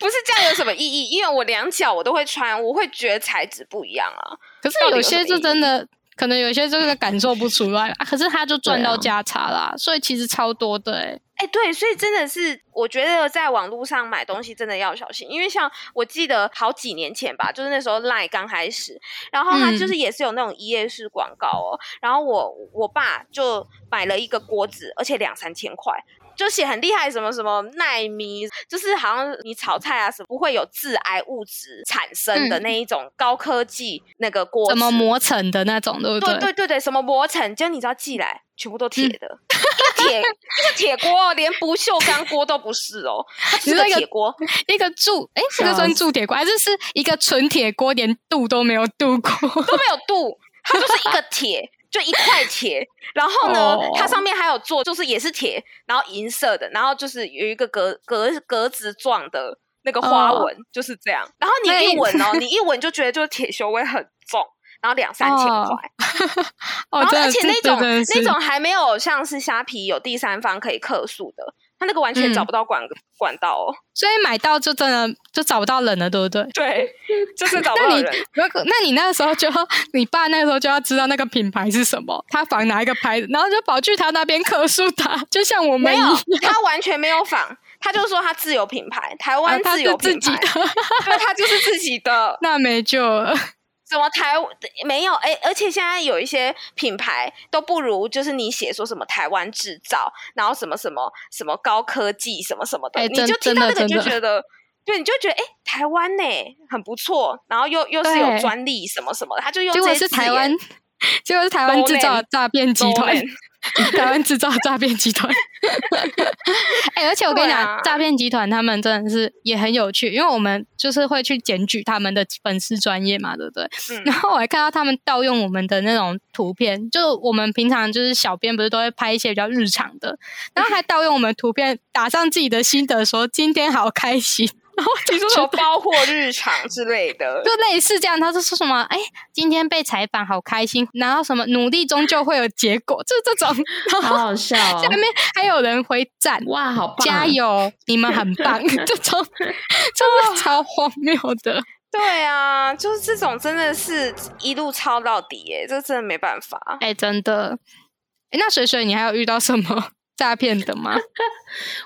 [SPEAKER 3] 不是这样有什么意义？因为我两脚我都会穿，我会觉得材质不一样啊。
[SPEAKER 2] 可是
[SPEAKER 3] 到
[SPEAKER 2] 有
[SPEAKER 3] 底有什
[SPEAKER 2] 些
[SPEAKER 3] 么
[SPEAKER 2] 就
[SPEAKER 3] 意
[SPEAKER 2] 真的，可能有些这个感受不出来啊。可是他就赚
[SPEAKER 1] 对啊
[SPEAKER 2] 到价差啦，所以其实超多的、欸。
[SPEAKER 3] 哎、对，所以真的是，我觉得在网络上买东西真的要小心，因为像我记得好几年前吧，就是那时候 Line 刚开始，然后它
[SPEAKER 2] 嗯
[SPEAKER 3] 就是也是有那种一页式广告哦，然后我我爸就买了一个锅子，而且两三千块。就写很厉害，什么什么耐米，就是好像你炒菜啊什么不会有致癌物质产生的
[SPEAKER 2] 嗯
[SPEAKER 3] 那一种高科技那个锅子，
[SPEAKER 2] 怎么磨成的那种，对不嗯
[SPEAKER 3] 对
[SPEAKER 2] 对？
[SPEAKER 3] 对对对，什么磨成，结果你知道寄来全部都铁的，一个铁一个铁锅哦，连不锈钢锅都不是哦，它只
[SPEAKER 2] 你说
[SPEAKER 3] 是个
[SPEAKER 2] 一个
[SPEAKER 3] 铁 锅，
[SPEAKER 2] 一个铸，哎，这个
[SPEAKER 1] 笑
[SPEAKER 2] 算
[SPEAKER 1] 死
[SPEAKER 2] 铸铁锅，还是是一个纯铁锅，连镀都没有镀过？
[SPEAKER 3] 都没有镀，它就是一个铁。就一块铁，然后呢
[SPEAKER 2] 哦
[SPEAKER 3] 它上面还有做，就是也是铁，然后银色的，然后就是有一个格格格子状的那个花
[SPEAKER 2] 哦
[SPEAKER 3] 纹，就是这样。然后
[SPEAKER 2] 那
[SPEAKER 3] 你一
[SPEAKER 2] 一
[SPEAKER 3] 闻 哦，你一闻就觉得就是铁锈味很重，然后两三千
[SPEAKER 2] 哦
[SPEAKER 3] 块，
[SPEAKER 2] 哦，
[SPEAKER 3] 然后
[SPEAKER 2] 真的
[SPEAKER 3] 而且
[SPEAKER 2] 这
[SPEAKER 3] 那
[SPEAKER 2] 这
[SPEAKER 3] 种
[SPEAKER 2] 真的
[SPEAKER 3] 那
[SPEAKER 2] 是
[SPEAKER 3] 种还没有像是虾皮有第三方可以客诉的，他那个完
[SPEAKER 2] 嗯
[SPEAKER 3] 全找不到管、管道哦。
[SPEAKER 2] 所以买到就真的就找不到人了，对不对？
[SPEAKER 3] 对，就是找不
[SPEAKER 2] 那
[SPEAKER 3] 到
[SPEAKER 2] 你
[SPEAKER 3] 人。
[SPEAKER 2] 如果那你那个时候就要你爸那个时候就要知道那个品牌是什么，他仿哪一个牌子，然后就跑去他那边客诉他，就像我们
[SPEAKER 3] 没
[SPEAKER 2] 一
[SPEAKER 3] 有
[SPEAKER 2] 样，，
[SPEAKER 3] 他完全没有仿，他就说他自有品牌，台
[SPEAKER 2] 啊
[SPEAKER 3] 湾
[SPEAKER 2] 他
[SPEAKER 3] 自
[SPEAKER 2] 是
[SPEAKER 3] 有
[SPEAKER 2] 自
[SPEAKER 3] 品
[SPEAKER 2] 己
[SPEAKER 3] 牌，
[SPEAKER 2] 的，
[SPEAKER 3] 对，他就是自己的。
[SPEAKER 2] 那没救了。
[SPEAKER 3] 怎么台没有？哎，而且现在有一些品牌都不如，就是你写说什么台湾制造，然后什么什么什么高科技什么什么的，
[SPEAKER 2] 哎
[SPEAKER 3] 你
[SPEAKER 2] 真
[SPEAKER 3] 就
[SPEAKER 2] 真
[SPEAKER 3] 听
[SPEAKER 2] 的
[SPEAKER 3] 到那个你
[SPEAKER 2] 真
[SPEAKER 3] 就
[SPEAKER 2] 的
[SPEAKER 3] 觉得。对，你就觉得哎、台湾呢、很不错，然后又又是有
[SPEAKER 2] 对
[SPEAKER 3] 专利什么什么的，他就用
[SPEAKER 2] 结
[SPEAKER 3] 这
[SPEAKER 2] 果
[SPEAKER 3] 些
[SPEAKER 2] 是
[SPEAKER 3] 字
[SPEAKER 2] 台
[SPEAKER 3] 眼
[SPEAKER 2] 湾，结果是台湾制造的诈骗集团
[SPEAKER 3] Nolan，
[SPEAKER 2] 台湾制造的诈骗集团。 哎、而且我跟你
[SPEAKER 3] 对
[SPEAKER 2] 讲，
[SPEAKER 3] 啊
[SPEAKER 2] 诈骗集团他们真的是也很有趣，因为我们就是会去检举他们的粉丝专业嘛，对不对？
[SPEAKER 3] 嗯
[SPEAKER 2] 然后我还看到他们盗用我们的那种图片，就我们平常就是小编不是都会拍一些比较日常的，然后还盗用我们的图片，打上自己的心得说今天好开心，然后
[SPEAKER 3] 你
[SPEAKER 2] 就
[SPEAKER 3] 说
[SPEAKER 2] 觉
[SPEAKER 3] 什么
[SPEAKER 2] 得
[SPEAKER 3] 包货日常之类 的，
[SPEAKER 2] 就类似这样，他就说什么，哎、今天被采访好开心，然后什么努力终究会有结果，就这 种。然
[SPEAKER 1] 好
[SPEAKER 2] 后
[SPEAKER 1] 好笑哦
[SPEAKER 2] 下！面还有人回赞，
[SPEAKER 1] 哇，好棒！
[SPEAKER 2] 加！油，你们很棒， 这种就是超荒谬的。
[SPEAKER 3] 对啊，就是这种真的是一路抄到底耶、这真的没办法。
[SPEAKER 2] 哎、真的。哎那水水，你还有遇到什么 诈骗的 吗？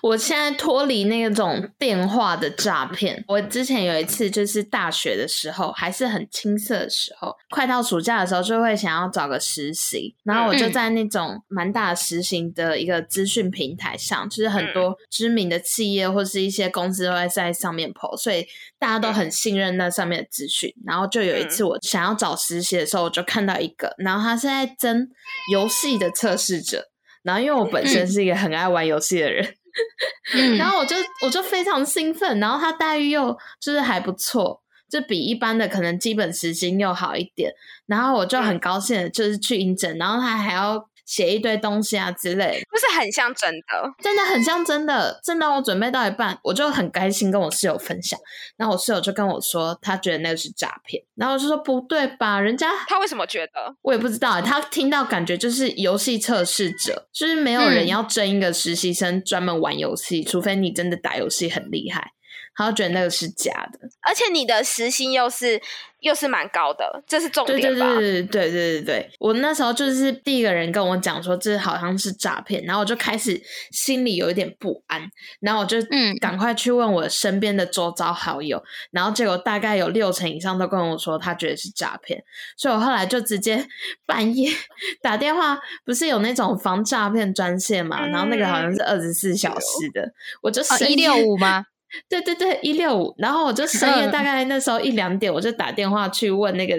[SPEAKER 1] 我现在脱离那种电话的诈骗。我之前有一次就是大学的时候，还是很青涩的时候，快到暑假的时候就会想要找个实习，然后我就
[SPEAKER 2] 嗯
[SPEAKER 1] 在那种蛮大的实习的一个资讯平台上，就是
[SPEAKER 2] 嗯
[SPEAKER 1] 很多知名的企业或是一些公司都会在上面 PO，所以大
[SPEAKER 2] 嗯
[SPEAKER 1] 家都很信任那上面的资讯。然后就有一次我想要找实习的时候，我就看到一个，然后他是在争游戏的测试者。然后，因为我本身
[SPEAKER 2] 嗯
[SPEAKER 1] 是一个很爱玩游戏的人，
[SPEAKER 2] 嗯，
[SPEAKER 1] 然后我就我就非常兴奋，然后他待遇又就是还不错，就比一般的可能基本时薪又好一点，然后我就很高兴的就是去应征，然后他还要写一堆东西啊之类，
[SPEAKER 3] 不是很像真的，
[SPEAKER 1] 真的很像真的。正当我准备到一半，我就很开心跟我室友分享，然后我室友就跟我说，他觉得那个是诈骗，然后我就说不对吧，人家
[SPEAKER 3] 他为什么觉得？
[SPEAKER 1] 我也不知道欸，他听到感觉就是游戏测试者，就是没有人
[SPEAKER 2] 嗯
[SPEAKER 1] 要争一个实习生专门玩游戏，除非你真的打游戏很厉害。他就觉得那个是假的，
[SPEAKER 3] 而且你的时薪又是又是蛮高的，这是重
[SPEAKER 1] 对对
[SPEAKER 3] 点吧？
[SPEAKER 1] 对对对对对对。我那时候就是第一个人跟我讲说这好像是诈骗，然后我就开始心里有一点不安，然后我就
[SPEAKER 2] 嗯
[SPEAKER 1] 赶快去问我身边的周遭好友，然后结果大概有六成以上都跟我说他觉得是诈骗，所以我后来就直接 半夜打电话，不是有那种防诈骗专线嘛，然后那个好像是二十四小时的，我就
[SPEAKER 2] 嗯哦，
[SPEAKER 1] 深
[SPEAKER 2] 一
[SPEAKER 1] 夜
[SPEAKER 2] 六五 吗？
[SPEAKER 1] 对对对，一六五。然后我 就深夜
[SPEAKER 2] 嗯
[SPEAKER 1] 大概那时候一两点，我就打电话去问那个。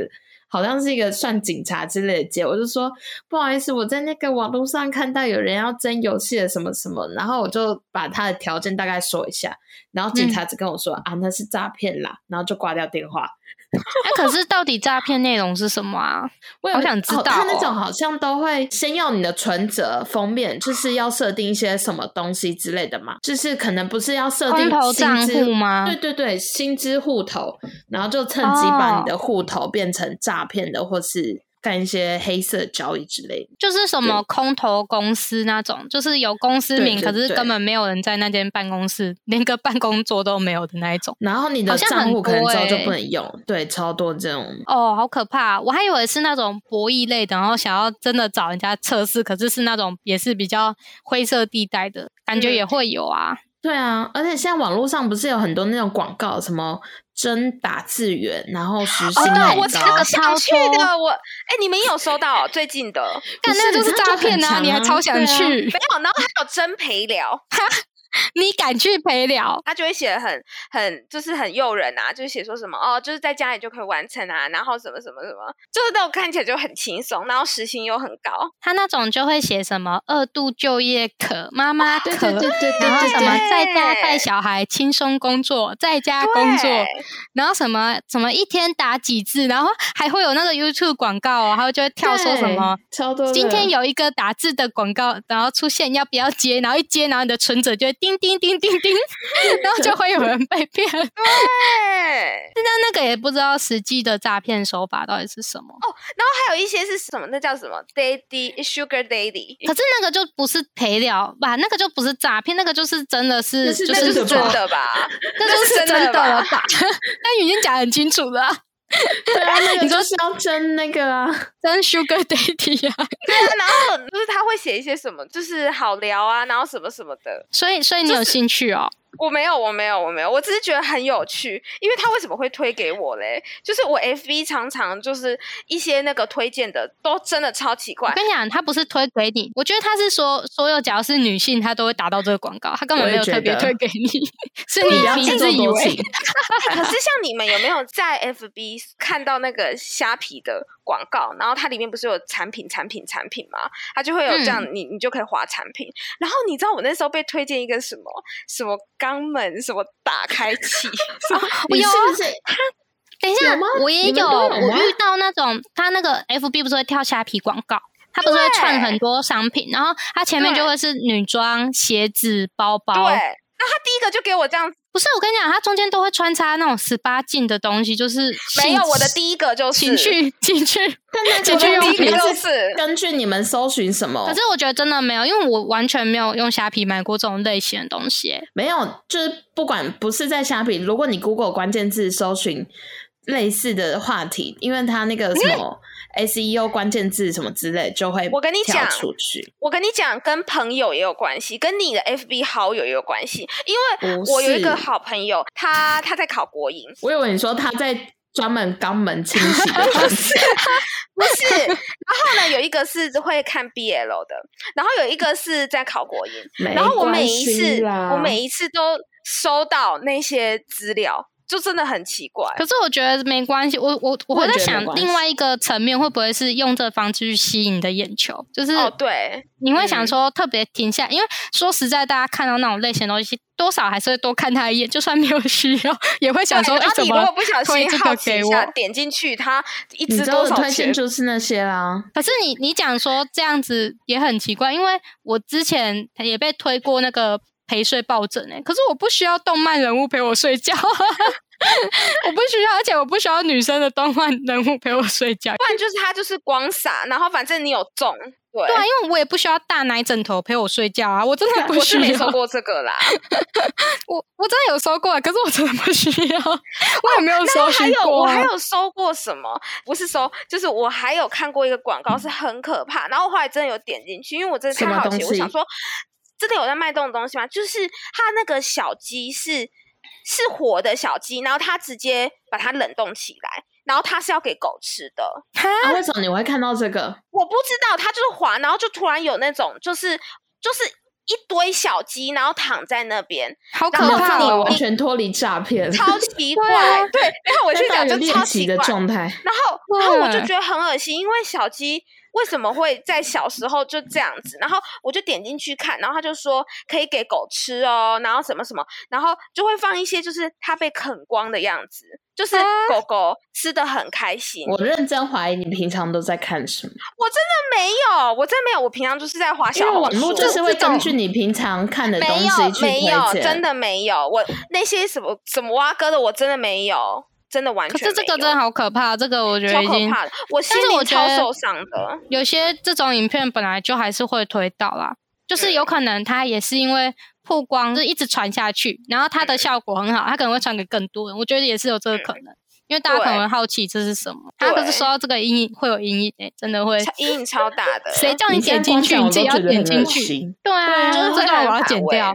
[SPEAKER 1] 好像是一个算警察之类的姐，我就说不好意思，我在那个网络上看到有人要争游戏的什么什么，然后我就把他的条件大概说一下，然后警察
[SPEAKER 2] 嗯
[SPEAKER 1] 只跟我说、啊那是诈骗啦，然后就挂掉电话。
[SPEAKER 2] 那、啊可是到底诈骗内容是什么啊？
[SPEAKER 1] 我也
[SPEAKER 2] 好想知道
[SPEAKER 1] 他那
[SPEAKER 2] 哦
[SPEAKER 1] 种好像都会先要你的存折封面，就是要设定一些什么东西之类的嘛，就是可能不是要设定
[SPEAKER 2] 空头账
[SPEAKER 1] 薪资
[SPEAKER 2] 户吗
[SPEAKER 1] 对对对，薪资户头，然后就趁机把你
[SPEAKER 2] 哦
[SPEAKER 1] 的户头变成诈骗的，或是干一些黑色交易之类的。
[SPEAKER 2] 就是什么空头公司那种，就是有公司名，
[SPEAKER 1] 对对
[SPEAKER 2] 可是
[SPEAKER 1] 对
[SPEAKER 2] 根本没有人在那间办公室，连个办公桌都没有的那一种。
[SPEAKER 1] 然后你的
[SPEAKER 2] 好像
[SPEAKER 1] 账户
[SPEAKER 2] 很
[SPEAKER 1] 可能
[SPEAKER 2] 多
[SPEAKER 1] 之后就
[SPEAKER 2] 欸
[SPEAKER 1] 不能用，对，超多这种。
[SPEAKER 2] 哦，好可怕、我还以为是那种博弈类的，然后想要真的找人家测试，可是是那种也是比较灰色地带的感觉，
[SPEAKER 3] 嗯
[SPEAKER 2] 也会有啊。
[SPEAKER 1] 对啊，而且现在网络上不是有很多那种广告，什么真打字员，然后时薪
[SPEAKER 2] 哦对
[SPEAKER 1] 很
[SPEAKER 3] 哦我
[SPEAKER 1] 高
[SPEAKER 3] 这个想去
[SPEAKER 2] 超
[SPEAKER 3] 的，我哎、你们也有收到、哦、最近的
[SPEAKER 2] 但
[SPEAKER 1] 是
[SPEAKER 2] 那就是
[SPEAKER 1] 他就
[SPEAKER 2] 诈骗
[SPEAKER 1] 很强
[SPEAKER 2] 你还
[SPEAKER 1] 啊
[SPEAKER 2] 超想
[SPEAKER 1] 对啊
[SPEAKER 2] 嗯去，
[SPEAKER 3] 没有？然后还有真陪聊，
[SPEAKER 2] 你敢去陪聊？
[SPEAKER 3] 他就会写的很很就是很诱人啊，就是写说什么哦，就是在家里就可以完成啊，然后什么什么什么，就是那种看起来就很轻松，然后时薪又很高，
[SPEAKER 2] 他那种就会写什么二度就业可妈妈可，
[SPEAKER 1] 对对对对对
[SPEAKER 2] 然后
[SPEAKER 1] 对
[SPEAKER 2] 什么
[SPEAKER 1] 对。
[SPEAKER 2] 在家带小孩轻松工作，在家工作，
[SPEAKER 3] 对
[SPEAKER 2] 然后什么什么一天打几字，然后还会有那个 YouTube 广告哦，然后就会跳说什
[SPEAKER 1] 对
[SPEAKER 2] 么。？
[SPEAKER 1] 超多的。
[SPEAKER 2] 今天有一个打字的广告，然后出现要不要接，然后一接，然后你的存折就会叮叮叮叮 叮，然后就会有人被骗。但
[SPEAKER 3] 对。
[SPEAKER 2] 那个也不知道实际的诈骗手法到底是什么。
[SPEAKER 3] 还有一些是什么？那叫什么？Daddy Sugar Daddy，
[SPEAKER 2] 可是那个就不是陪聊吧，那个就不是诈骗，那个就是真的是，
[SPEAKER 1] 那是
[SPEAKER 2] 就
[SPEAKER 3] 那
[SPEAKER 1] 真
[SPEAKER 3] 就是
[SPEAKER 1] 的
[SPEAKER 3] 是
[SPEAKER 1] 吧
[SPEAKER 3] 真的吧？
[SPEAKER 2] 那就是
[SPEAKER 3] 那是真的
[SPEAKER 2] 真的
[SPEAKER 3] 吧
[SPEAKER 2] 了吧？但已经讲得很清楚了啊，
[SPEAKER 1] 对啊， 那个
[SPEAKER 2] 你说
[SPEAKER 1] 就是要争那个啊，
[SPEAKER 2] 真 Sugar Daddy 啊。
[SPEAKER 3] 然后就是他会写一些什么，就是好聊啊，然后什么什么的。
[SPEAKER 2] 所以，所以你有兴趣哦？
[SPEAKER 3] 我没有，我没有，我没有，我只是觉得很有趣，因为他为什么会推给我嘞？就是我 FB 常常就是一些那个推荐的都真的超奇怪
[SPEAKER 2] 我，跟你讲，他不是推给你，我觉得他是说所有只要是女性，他都会打到这个广告，他根本
[SPEAKER 1] 我也
[SPEAKER 2] 没有
[SPEAKER 1] 觉
[SPEAKER 2] 特别
[SPEAKER 1] 得
[SPEAKER 2] 推给你，是你
[SPEAKER 1] 要
[SPEAKER 2] 你
[SPEAKER 1] 自
[SPEAKER 2] 自
[SPEAKER 1] 作
[SPEAKER 2] 以
[SPEAKER 1] 多
[SPEAKER 2] 为
[SPEAKER 1] 情。
[SPEAKER 3] 哎可是像你们有没有在 FB 看到那个虾皮的广告？然后它里面不是有产品、产品、产品吗？它就会有这样，你你就可以划产品。然后你知道我那时候被推荐一个什么什么肛门什么打开器，什么
[SPEAKER 2] 我
[SPEAKER 1] 你
[SPEAKER 2] 有
[SPEAKER 1] 是
[SPEAKER 2] 啊
[SPEAKER 1] 不是？
[SPEAKER 2] 等一下
[SPEAKER 1] 有吗，
[SPEAKER 2] 我也
[SPEAKER 1] 你们
[SPEAKER 2] 有，
[SPEAKER 1] 都有
[SPEAKER 2] 我
[SPEAKER 1] 吗
[SPEAKER 2] 遇到那种他那个 FB 不是会跳虾皮广告，他不是会串很多商品，然后他前面就
[SPEAKER 3] 对
[SPEAKER 2] 会是女装、鞋子、包包。
[SPEAKER 3] 对，那他第一个就给我这样，
[SPEAKER 2] 不是我跟你讲，他中间都会穿插那种十八禁的东西，就是
[SPEAKER 3] 没
[SPEAKER 2] 性
[SPEAKER 3] 有我的第一个就是
[SPEAKER 2] 情绪情绪。
[SPEAKER 1] 但那
[SPEAKER 2] 解
[SPEAKER 1] 个
[SPEAKER 2] 决
[SPEAKER 1] 问
[SPEAKER 2] 用
[SPEAKER 1] 题
[SPEAKER 2] 品
[SPEAKER 3] 就
[SPEAKER 1] 就是是根据你们搜寻什么？
[SPEAKER 2] 可是我觉得真的没有，因为我完全没有用虾皮买过这种类型的东西、欸
[SPEAKER 1] 没有，就是不管不是在虾皮，如果你 Google 关键字搜寻类似的话题，因为它那个什么 SEO 关键字什么之类就会
[SPEAKER 3] 我跟你
[SPEAKER 1] 跳
[SPEAKER 3] 讲
[SPEAKER 1] 出去，
[SPEAKER 3] 我跟你讲，跟朋友也有关系，跟你的 FB 好友也有关系。因为
[SPEAKER 1] 不
[SPEAKER 3] 我有一个
[SPEAKER 1] 是
[SPEAKER 3] 好朋友，他他在考国营，
[SPEAKER 1] 我以为你说他在专门肛门清洗 的环节，
[SPEAKER 3] 不是。 然后呢，有一个是会看 BL 的，然后有一个是在考国营。
[SPEAKER 2] 哎
[SPEAKER 1] 没
[SPEAKER 3] 然后我每
[SPEAKER 1] 关
[SPEAKER 3] 一
[SPEAKER 1] 系
[SPEAKER 3] 次，
[SPEAKER 1] 啦
[SPEAKER 3] 我每一次都收到那些资料，就真的很奇怪。
[SPEAKER 2] 可是我觉得没关系，我我我
[SPEAKER 1] 我
[SPEAKER 2] 会
[SPEAKER 1] 也觉
[SPEAKER 2] 在
[SPEAKER 1] 得没
[SPEAKER 2] 想
[SPEAKER 1] 关系
[SPEAKER 2] 另外一个层面，会不会是用这方式去吸引你的眼球？就是
[SPEAKER 3] 哦，对，
[SPEAKER 2] 你会想
[SPEAKER 3] 嗯
[SPEAKER 2] 说特别停下，因为说实在，大家看到那种类型的东西，多少还是会多看他一眼，就算没有需要，也会想说，
[SPEAKER 3] 对
[SPEAKER 1] 啊
[SPEAKER 2] 哎
[SPEAKER 3] 然，后
[SPEAKER 2] 怎
[SPEAKER 3] 你如
[SPEAKER 2] 么
[SPEAKER 3] 果？不小
[SPEAKER 2] 推
[SPEAKER 3] 心
[SPEAKER 2] 这个
[SPEAKER 3] 好奇
[SPEAKER 2] 给
[SPEAKER 3] 一下，
[SPEAKER 2] 我
[SPEAKER 3] 点进去，它一
[SPEAKER 1] 你
[SPEAKER 3] 只
[SPEAKER 1] 知道
[SPEAKER 3] 多
[SPEAKER 1] 我
[SPEAKER 3] 少
[SPEAKER 1] 推
[SPEAKER 3] 钱
[SPEAKER 1] 荐？就是那些啊啦，
[SPEAKER 2] 可是你你讲说这样子也很奇怪，因为我之前也被推过那个陪睡抱枕哎、可是我不需要动漫人物陪我睡觉、啊 我不需要，而且我不需要女生的动漫人物陪我睡觉。啊
[SPEAKER 3] 不然就是它就是光撒，然后反正你有中，对。
[SPEAKER 2] 对啊，因为我也不需要大奶枕头陪我睡觉啊，我真的不
[SPEAKER 3] 哎 我是
[SPEAKER 2] 需
[SPEAKER 3] 没
[SPEAKER 2] 要
[SPEAKER 3] 收。过这个啦，
[SPEAKER 2] 我我真的有收过啊，可是我真的不需要，我也没有
[SPEAKER 3] 然后
[SPEAKER 2] 收
[SPEAKER 3] 还
[SPEAKER 2] 寻
[SPEAKER 3] 有
[SPEAKER 2] 过
[SPEAKER 3] 我
[SPEAKER 2] 啊、
[SPEAKER 3] 还有收过什么？不是收，就是我还有看过一个广告，是很可怕。然后我后来真的有点进去，因为我真的
[SPEAKER 1] 什
[SPEAKER 3] 太
[SPEAKER 1] 么
[SPEAKER 3] 好
[SPEAKER 1] 东
[SPEAKER 3] 奇，我想
[SPEAKER 1] 西
[SPEAKER 3] 说，真的有在卖这种东西吗？就是它那个小鸡是是活的小鸡，然后它直接把它冷冻起来，然后它是要给狗吃的。
[SPEAKER 1] 啊，为什么你会看到这个？
[SPEAKER 3] 我不知道，它就是滑，然后就突然有那种，就是就是一堆小鸡，然后躺在那边，
[SPEAKER 2] 好
[SPEAKER 1] 没
[SPEAKER 3] 然
[SPEAKER 2] 可
[SPEAKER 1] 有
[SPEAKER 3] 后
[SPEAKER 2] 怕
[SPEAKER 1] 范
[SPEAKER 3] 你
[SPEAKER 1] 围
[SPEAKER 2] 哦！
[SPEAKER 1] 完全脱离诈骗，
[SPEAKER 3] 超奇怪。
[SPEAKER 2] 对啊
[SPEAKER 3] 对，然后我去
[SPEAKER 1] 到
[SPEAKER 3] 讲
[SPEAKER 1] 有
[SPEAKER 3] 就超
[SPEAKER 1] 练习
[SPEAKER 3] 奇
[SPEAKER 1] 的
[SPEAKER 3] 怪。
[SPEAKER 1] 状啊态。
[SPEAKER 3] 然后，然后我就
[SPEAKER 2] 对
[SPEAKER 3] 觉得很恶心，因为小鸡为什么会在小时候就这样子？然后我就点进去看，然后他就说可以给狗吃哦，然后什么什么，然后就会放一些就是它被啃光的样子，就是
[SPEAKER 2] 啊
[SPEAKER 3] 狗狗吃的很开心。
[SPEAKER 1] 我认真怀疑你平常都在看什么，
[SPEAKER 3] 我真的没有，我真的没有，我平常就是在滑
[SPEAKER 1] 因
[SPEAKER 3] 小
[SPEAKER 1] 为
[SPEAKER 3] 红
[SPEAKER 1] 网
[SPEAKER 3] 书
[SPEAKER 1] 络就是会
[SPEAKER 2] 这种
[SPEAKER 1] 根据你平常看的东
[SPEAKER 3] 没
[SPEAKER 1] 西
[SPEAKER 3] 有
[SPEAKER 1] 去
[SPEAKER 3] 没
[SPEAKER 1] 推
[SPEAKER 3] 有，
[SPEAKER 1] 荐，
[SPEAKER 3] 真的没有。我那些什么什么蛙哥的，我真的没有，真的完
[SPEAKER 2] 可
[SPEAKER 3] 全没
[SPEAKER 2] 是
[SPEAKER 3] 有。
[SPEAKER 2] 这个真的好可怕，这个我觉
[SPEAKER 3] 超
[SPEAKER 2] 得已
[SPEAKER 3] 可
[SPEAKER 2] 经，
[SPEAKER 3] 怕的，我心
[SPEAKER 2] 但是我
[SPEAKER 3] 灵
[SPEAKER 2] 觉
[SPEAKER 3] 超
[SPEAKER 2] 得
[SPEAKER 3] 受伤的。
[SPEAKER 2] 有些这种影片本来就还是会推到啦，就是有可能它也是因为曝光就是一直传下去，然后它的效果很好，它可能会传给更多人，我觉得也是有这个可能。因为大家可能会好奇这是什么，他可是
[SPEAKER 3] 嗯对
[SPEAKER 2] 收到这个阴影会有阴影诶、真的会，
[SPEAKER 3] 超阴影超大的。
[SPEAKER 2] 谁叫你
[SPEAKER 1] 现在
[SPEAKER 2] 点进
[SPEAKER 1] 光
[SPEAKER 2] 去，
[SPEAKER 1] 讲
[SPEAKER 2] 你
[SPEAKER 1] 我
[SPEAKER 2] 自
[SPEAKER 1] 都
[SPEAKER 2] 己要
[SPEAKER 1] 觉得
[SPEAKER 2] 点
[SPEAKER 1] 很
[SPEAKER 2] 进
[SPEAKER 1] 恶
[SPEAKER 2] 去，
[SPEAKER 1] 心。
[SPEAKER 2] 对啊，
[SPEAKER 3] 就是
[SPEAKER 2] 这
[SPEAKER 3] 会
[SPEAKER 2] 个我
[SPEAKER 3] 很
[SPEAKER 2] 要
[SPEAKER 3] 反
[SPEAKER 2] 剪
[SPEAKER 3] 胃
[SPEAKER 2] 掉。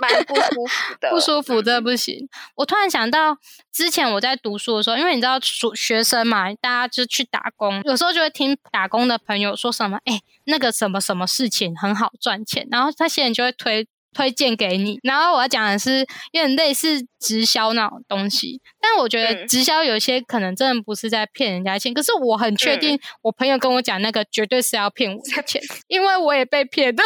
[SPEAKER 3] 蛮不舒服 的？
[SPEAKER 2] 不舒服，真
[SPEAKER 3] 嗯
[SPEAKER 2] 的不行。我突然想到，之前我在读书的时候，因为你知道学学生嘛，大家就去打工，有时候就会听打工的朋友说什么，哎、那个什么什么事情很好赚钱，然后那些人就会推。推荐给你，然后我要讲的是有点类似直销那种东西，但我觉得
[SPEAKER 3] 嗯
[SPEAKER 2] 直销有些可能真的不是在骗人家钱，可是我很
[SPEAKER 3] 嗯
[SPEAKER 2] 确定，我朋友跟我讲那个绝对是要骗我的钱， 因为我也被骗的。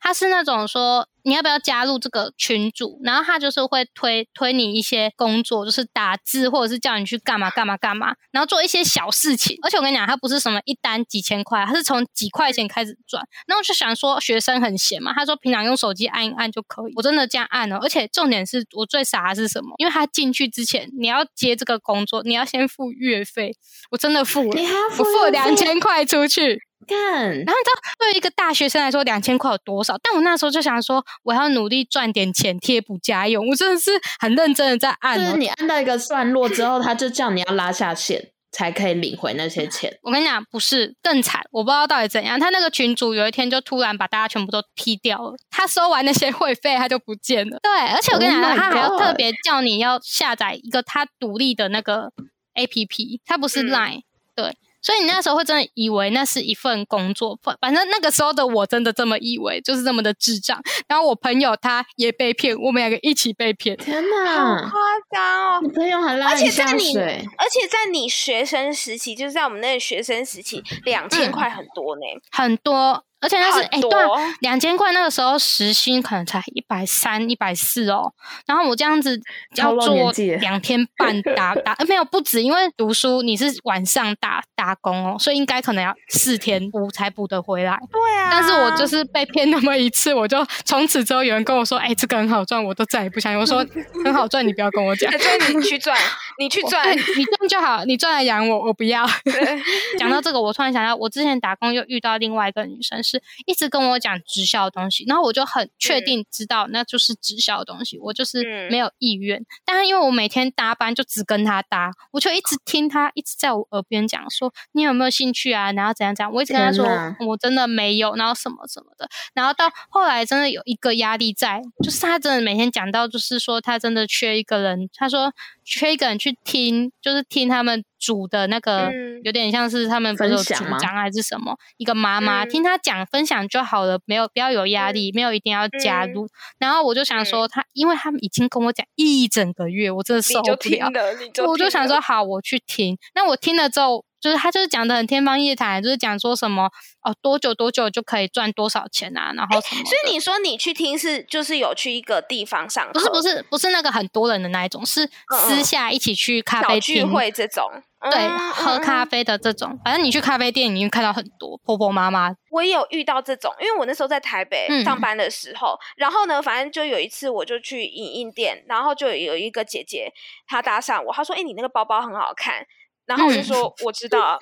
[SPEAKER 2] 他是那种说你要不要加入这个群组，然后他就是会推推你一些工作，就是打字或者是叫你去干嘛干嘛干嘛，然后做一些小事情。而且我跟你讲，他不是什么一单几千块，他是从几块钱开始赚。那我就想说，学生很闲嘛，他说平常用手机按一按就可以。我真的这样按哦了，而且重点是我最傻的是什么？因为他进去之前，你要接这个工作，你要先付月费，我真的付了
[SPEAKER 1] 你。还要
[SPEAKER 2] 我付了
[SPEAKER 1] 运
[SPEAKER 2] 两
[SPEAKER 1] 费
[SPEAKER 2] 千块出去，
[SPEAKER 1] 干，
[SPEAKER 2] 然后你知道，对于一个大学生来说，两千块有多少？但我那时候就想说，我要努力赚点钱贴补家用。我真的是很认真的在按、
[SPEAKER 1] 就是
[SPEAKER 2] 哦。
[SPEAKER 1] 你按到一个段落之后，他就叫你要拉下线才可以领回那些钱。
[SPEAKER 2] 我跟你讲，不是更惨，我不知道到底怎样。他那个群主有一天就突然把大家全部都踢掉了，他收完那些会费，他就不见了。对，而且我跟你
[SPEAKER 1] Oh
[SPEAKER 2] 讲
[SPEAKER 1] my
[SPEAKER 2] 他还要特
[SPEAKER 1] God
[SPEAKER 2] 别叫你要下载一个他独立的那个 APP，它不是
[SPEAKER 3] 嗯
[SPEAKER 2] Line、对，所以你那时候会真的以为那是一份工作，反反正那个时候的我真的这么以为，就是这么的智障。然后我朋友他也被骗，我们两个一起被骗。
[SPEAKER 1] 天
[SPEAKER 3] 好
[SPEAKER 2] 啊
[SPEAKER 1] 哪！
[SPEAKER 3] 夸张哦
[SPEAKER 1] 你！朋友还拉
[SPEAKER 3] 而
[SPEAKER 1] 你
[SPEAKER 3] 且在
[SPEAKER 1] 下
[SPEAKER 3] 你
[SPEAKER 1] 水，
[SPEAKER 3] 而且在你学生时期，就是在我们那个学生时期，两千块很多呢，
[SPEAKER 2] 很多，而且嗯那是哎、
[SPEAKER 3] 很多哦
[SPEAKER 2] 对、啊，两千块那个时候时薪可能才一百三、一百四哦。然后我这样子要
[SPEAKER 1] 超露
[SPEAKER 2] 做
[SPEAKER 1] 年纪
[SPEAKER 2] 两天半 打打、呃没有不止，因为读书你是晚上打打工哦，所以应该可能要四天补才补得回来。
[SPEAKER 3] 对啊。
[SPEAKER 2] 但是我就是被骗那么一次，我就从此之后 有人跟我说，哎、这个很好赚，我都再也不相信。我说很好赚，你不要跟我讲
[SPEAKER 3] 所。以你去赚，你去赚。
[SPEAKER 2] 哎你赚就好，你赚来养我，我不要。
[SPEAKER 3] 对
[SPEAKER 2] 讲到这个，我突然想到，我之前打工又遇到另外一个女生，是一直跟我讲直销的东西，然后我就很确定知道那就是直销的东西，我就是
[SPEAKER 3] 嗯
[SPEAKER 2] 没有意愿。但是因为我每天搭班就只跟她搭，我就一直听她一直在我耳边讲说你有没有兴趣啊，然后怎样怎样。我一直跟她
[SPEAKER 1] 天
[SPEAKER 2] 说
[SPEAKER 1] 哪
[SPEAKER 2] 我真的没有，然后什么什么的。然后到后来真的有一个压力在，就是他真的每天讲到，就是说他真的缺一个人，他说缺一个人去听，就是听他们组的那个，
[SPEAKER 3] 嗯
[SPEAKER 2] 有点像是他们不是有
[SPEAKER 1] 分
[SPEAKER 2] 组
[SPEAKER 1] 享吗
[SPEAKER 2] 长还是什么，一个妈妈、
[SPEAKER 3] 嗯
[SPEAKER 2] 听他讲分享就好了，没有不要有压力，没有一定要加
[SPEAKER 3] 嗯
[SPEAKER 2] 入。然后我就想说他，因为他们已经跟我讲一整个月，我真的受
[SPEAKER 3] 你
[SPEAKER 2] 不
[SPEAKER 3] 就
[SPEAKER 2] 了，
[SPEAKER 3] 听了，你就
[SPEAKER 2] 我就
[SPEAKER 3] 听
[SPEAKER 2] 想
[SPEAKER 3] 了
[SPEAKER 2] 说，好，我去听。那我听了之后，就是他就是讲的很天方夜谭，就是讲说什么哦，多久多久就可以赚多少钱啊，然后什么的。
[SPEAKER 3] 所以你说你去听是就是有去一个地方上课，
[SPEAKER 2] 不是不是不是那个很多人的那一种，是私下一起去咖
[SPEAKER 3] 小
[SPEAKER 2] 啡
[SPEAKER 3] 聚
[SPEAKER 2] 厅。
[SPEAKER 3] 会这种，
[SPEAKER 2] 对，
[SPEAKER 3] 嗯
[SPEAKER 2] 喝
[SPEAKER 3] 嗯
[SPEAKER 2] 咖
[SPEAKER 3] 嗯
[SPEAKER 2] 啡的这种，反正你去咖啡店，你会看到很多婆婆妈妈，
[SPEAKER 3] 我也有遇到这种，因为我那时候在台北
[SPEAKER 2] 嗯
[SPEAKER 3] 上班的时候，然后呢，反正就有一次我就去影印店，然后就有一个姐姐她搭讪我，她说：“哎、你那个包包很好看。”然后我就
[SPEAKER 2] 嗯
[SPEAKER 3] 说：“我知道，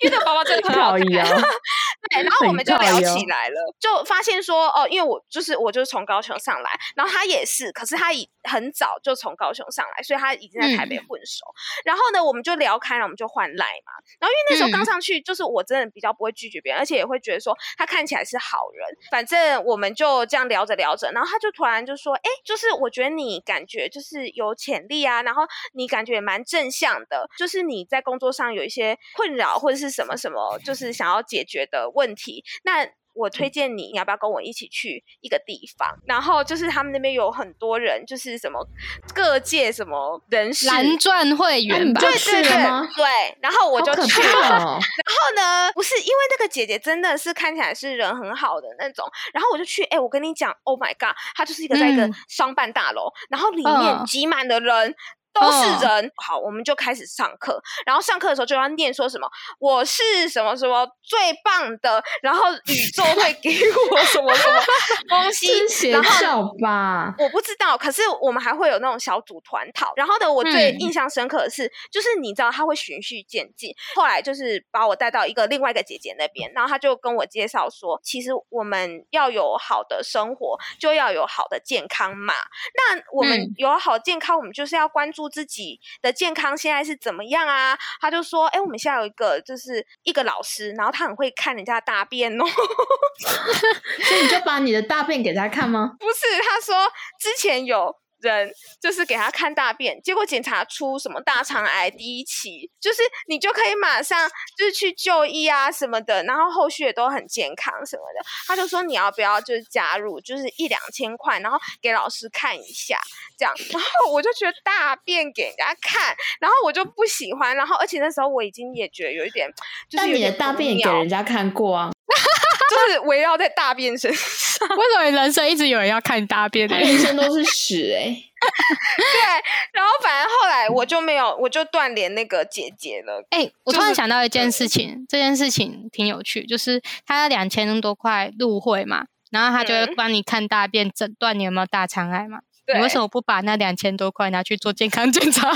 [SPEAKER 3] 因为那个包包真的很好
[SPEAKER 1] 靠
[SPEAKER 3] 看。”
[SPEAKER 1] 腰，
[SPEAKER 3] 对，然后我
[SPEAKER 1] 很
[SPEAKER 3] 们就
[SPEAKER 1] 靠腰
[SPEAKER 3] 聊起来了，就发现说哦，因为我就是我就是从高雄上来，然后他也是，可是他已很早就从高雄上来，所以他已经在台北混熟。然后呢，我们就聊开了，我们就换赖嘛。然后因为那时候刚
[SPEAKER 2] 嗯
[SPEAKER 3] 上去，就是我真的比较不会拒绝别人，而且也会觉得说他看起来是好人。反正我们就这样聊着聊着，然后他就突然就说：“哎，就是我觉得你感觉就是有潜力啊，然后你感觉也蛮正向的，就是你在工作上有一些困扰或者是什么什么，就是想要解决的问题，那。”我推荐你，你要不要跟我一起去一个地方？然后就是他们那边有很多人，就是什么各界什么人士，
[SPEAKER 2] 蓝钻
[SPEAKER 1] 那
[SPEAKER 2] 会
[SPEAKER 1] 你
[SPEAKER 2] 员吧
[SPEAKER 1] 就。
[SPEAKER 3] 对
[SPEAKER 1] 去
[SPEAKER 3] 对
[SPEAKER 1] 了
[SPEAKER 3] 对
[SPEAKER 1] 吗
[SPEAKER 3] 对。然后我
[SPEAKER 1] 好
[SPEAKER 3] 就
[SPEAKER 1] 可
[SPEAKER 3] 去
[SPEAKER 1] 怕
[SPEAKER 3] 了，
[SPEAKER 1] 哦！
[SPEAKER 3] 然后呢，不是因为那个姐姐真的是看起来是人很好的那种，然后我就去，哎、我跟你讲，Oh my god，它就是一个在一个
[SPEAKER 2] 嗯
[SPEAKER 3] 商办大楼，然后里
[SPEAKER 2] 嗯
[SPEAKER 3] 面挤满了人。都是
[SPEAKER 2] 嗯
[SPEAKER 3] 人，好，我们就开始上课。然后上课的时候就要念说什么我是什么什么最棒的，然后宇宙会给我什么什么东西，
[SPEAKER 1] 是邪
[SPEAKER 3] 然后
[SPEAKER 1] 教吧？
[SPEAKER 3] 我不知道，可是我们还会有那种小组团讨。然后呢，我最
[SPEAKER 2] 嗯
[SPEAKER 3] 印象深刻的是，就是你知道他会循序渐进，后来就是把我带到一个另外一个姐姐那边，然后他就跟我介绍说，其实我们要有好的生活，就要有好的健康嘛。那我们
[SPEAKER 2] 嗯
[SPEAKER 3] 有好健康，我们就是要关注自己的健康现在是怎么样啊？他就说，哎，我们现在有一个就是一个老师，然后他很会看人家的大便哦。
[SPEAKER 1] 所以你就把你的大便给他看吗？
[SPEAKER 3] 不是，他说之前有人就是给他看大便，结果检查出什么大肠癌第一期，就是你就可以马上就是去就医啊什么的，然后后续也都很健康什么的。他就说你要不要就是加入，就是一两千块，然后给老师看一下这样。然后我就觉得大便给人家看，然后我就不喜欢，然后而且那时候我已经也觉得有一点，就是
[SPEAKER 1] 但
[SPEAKER 3] 有
[SPEAKER 1] 你的
[SPEAKER 3] 点
[SPEAKER 1] 大
[SPEAKER 3] 不
[SPEAKER 1] 便也给
[SPEAKER 3] 妙
[SPEAKER 1] 人家看过 啊，
[SPEAKER 3] 就是围绕在大便身上。
[SPEAKER 2] 为什么你人生一直有人要看你大便 的
[SPEAKER 1] 他？人生都是屎哎、
[SPEAKER 3] 然后反正后来我就没有，我就断联那个姐姐了。
[SPEAKER 2] 哎、我
[SPEAKER 3] 就
[SPEAKER 2] 突然
[SPEAKER 3] 是
[SPEAKER 2] 想到一件事情，这件事情挺有趣，就是他两千多块入会嘛，然后他就会
[SPEAKER 3] 嗯
[SPEAKER 2] 帮你看大便，诊断你有没有大肠癌嘛。
[SPEAKER 3] 对，
[SPEAKER 2] 你为什么不把那两千多块拿去做健康检 查？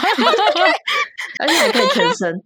[SPEAKER 1] 而且还可以全身。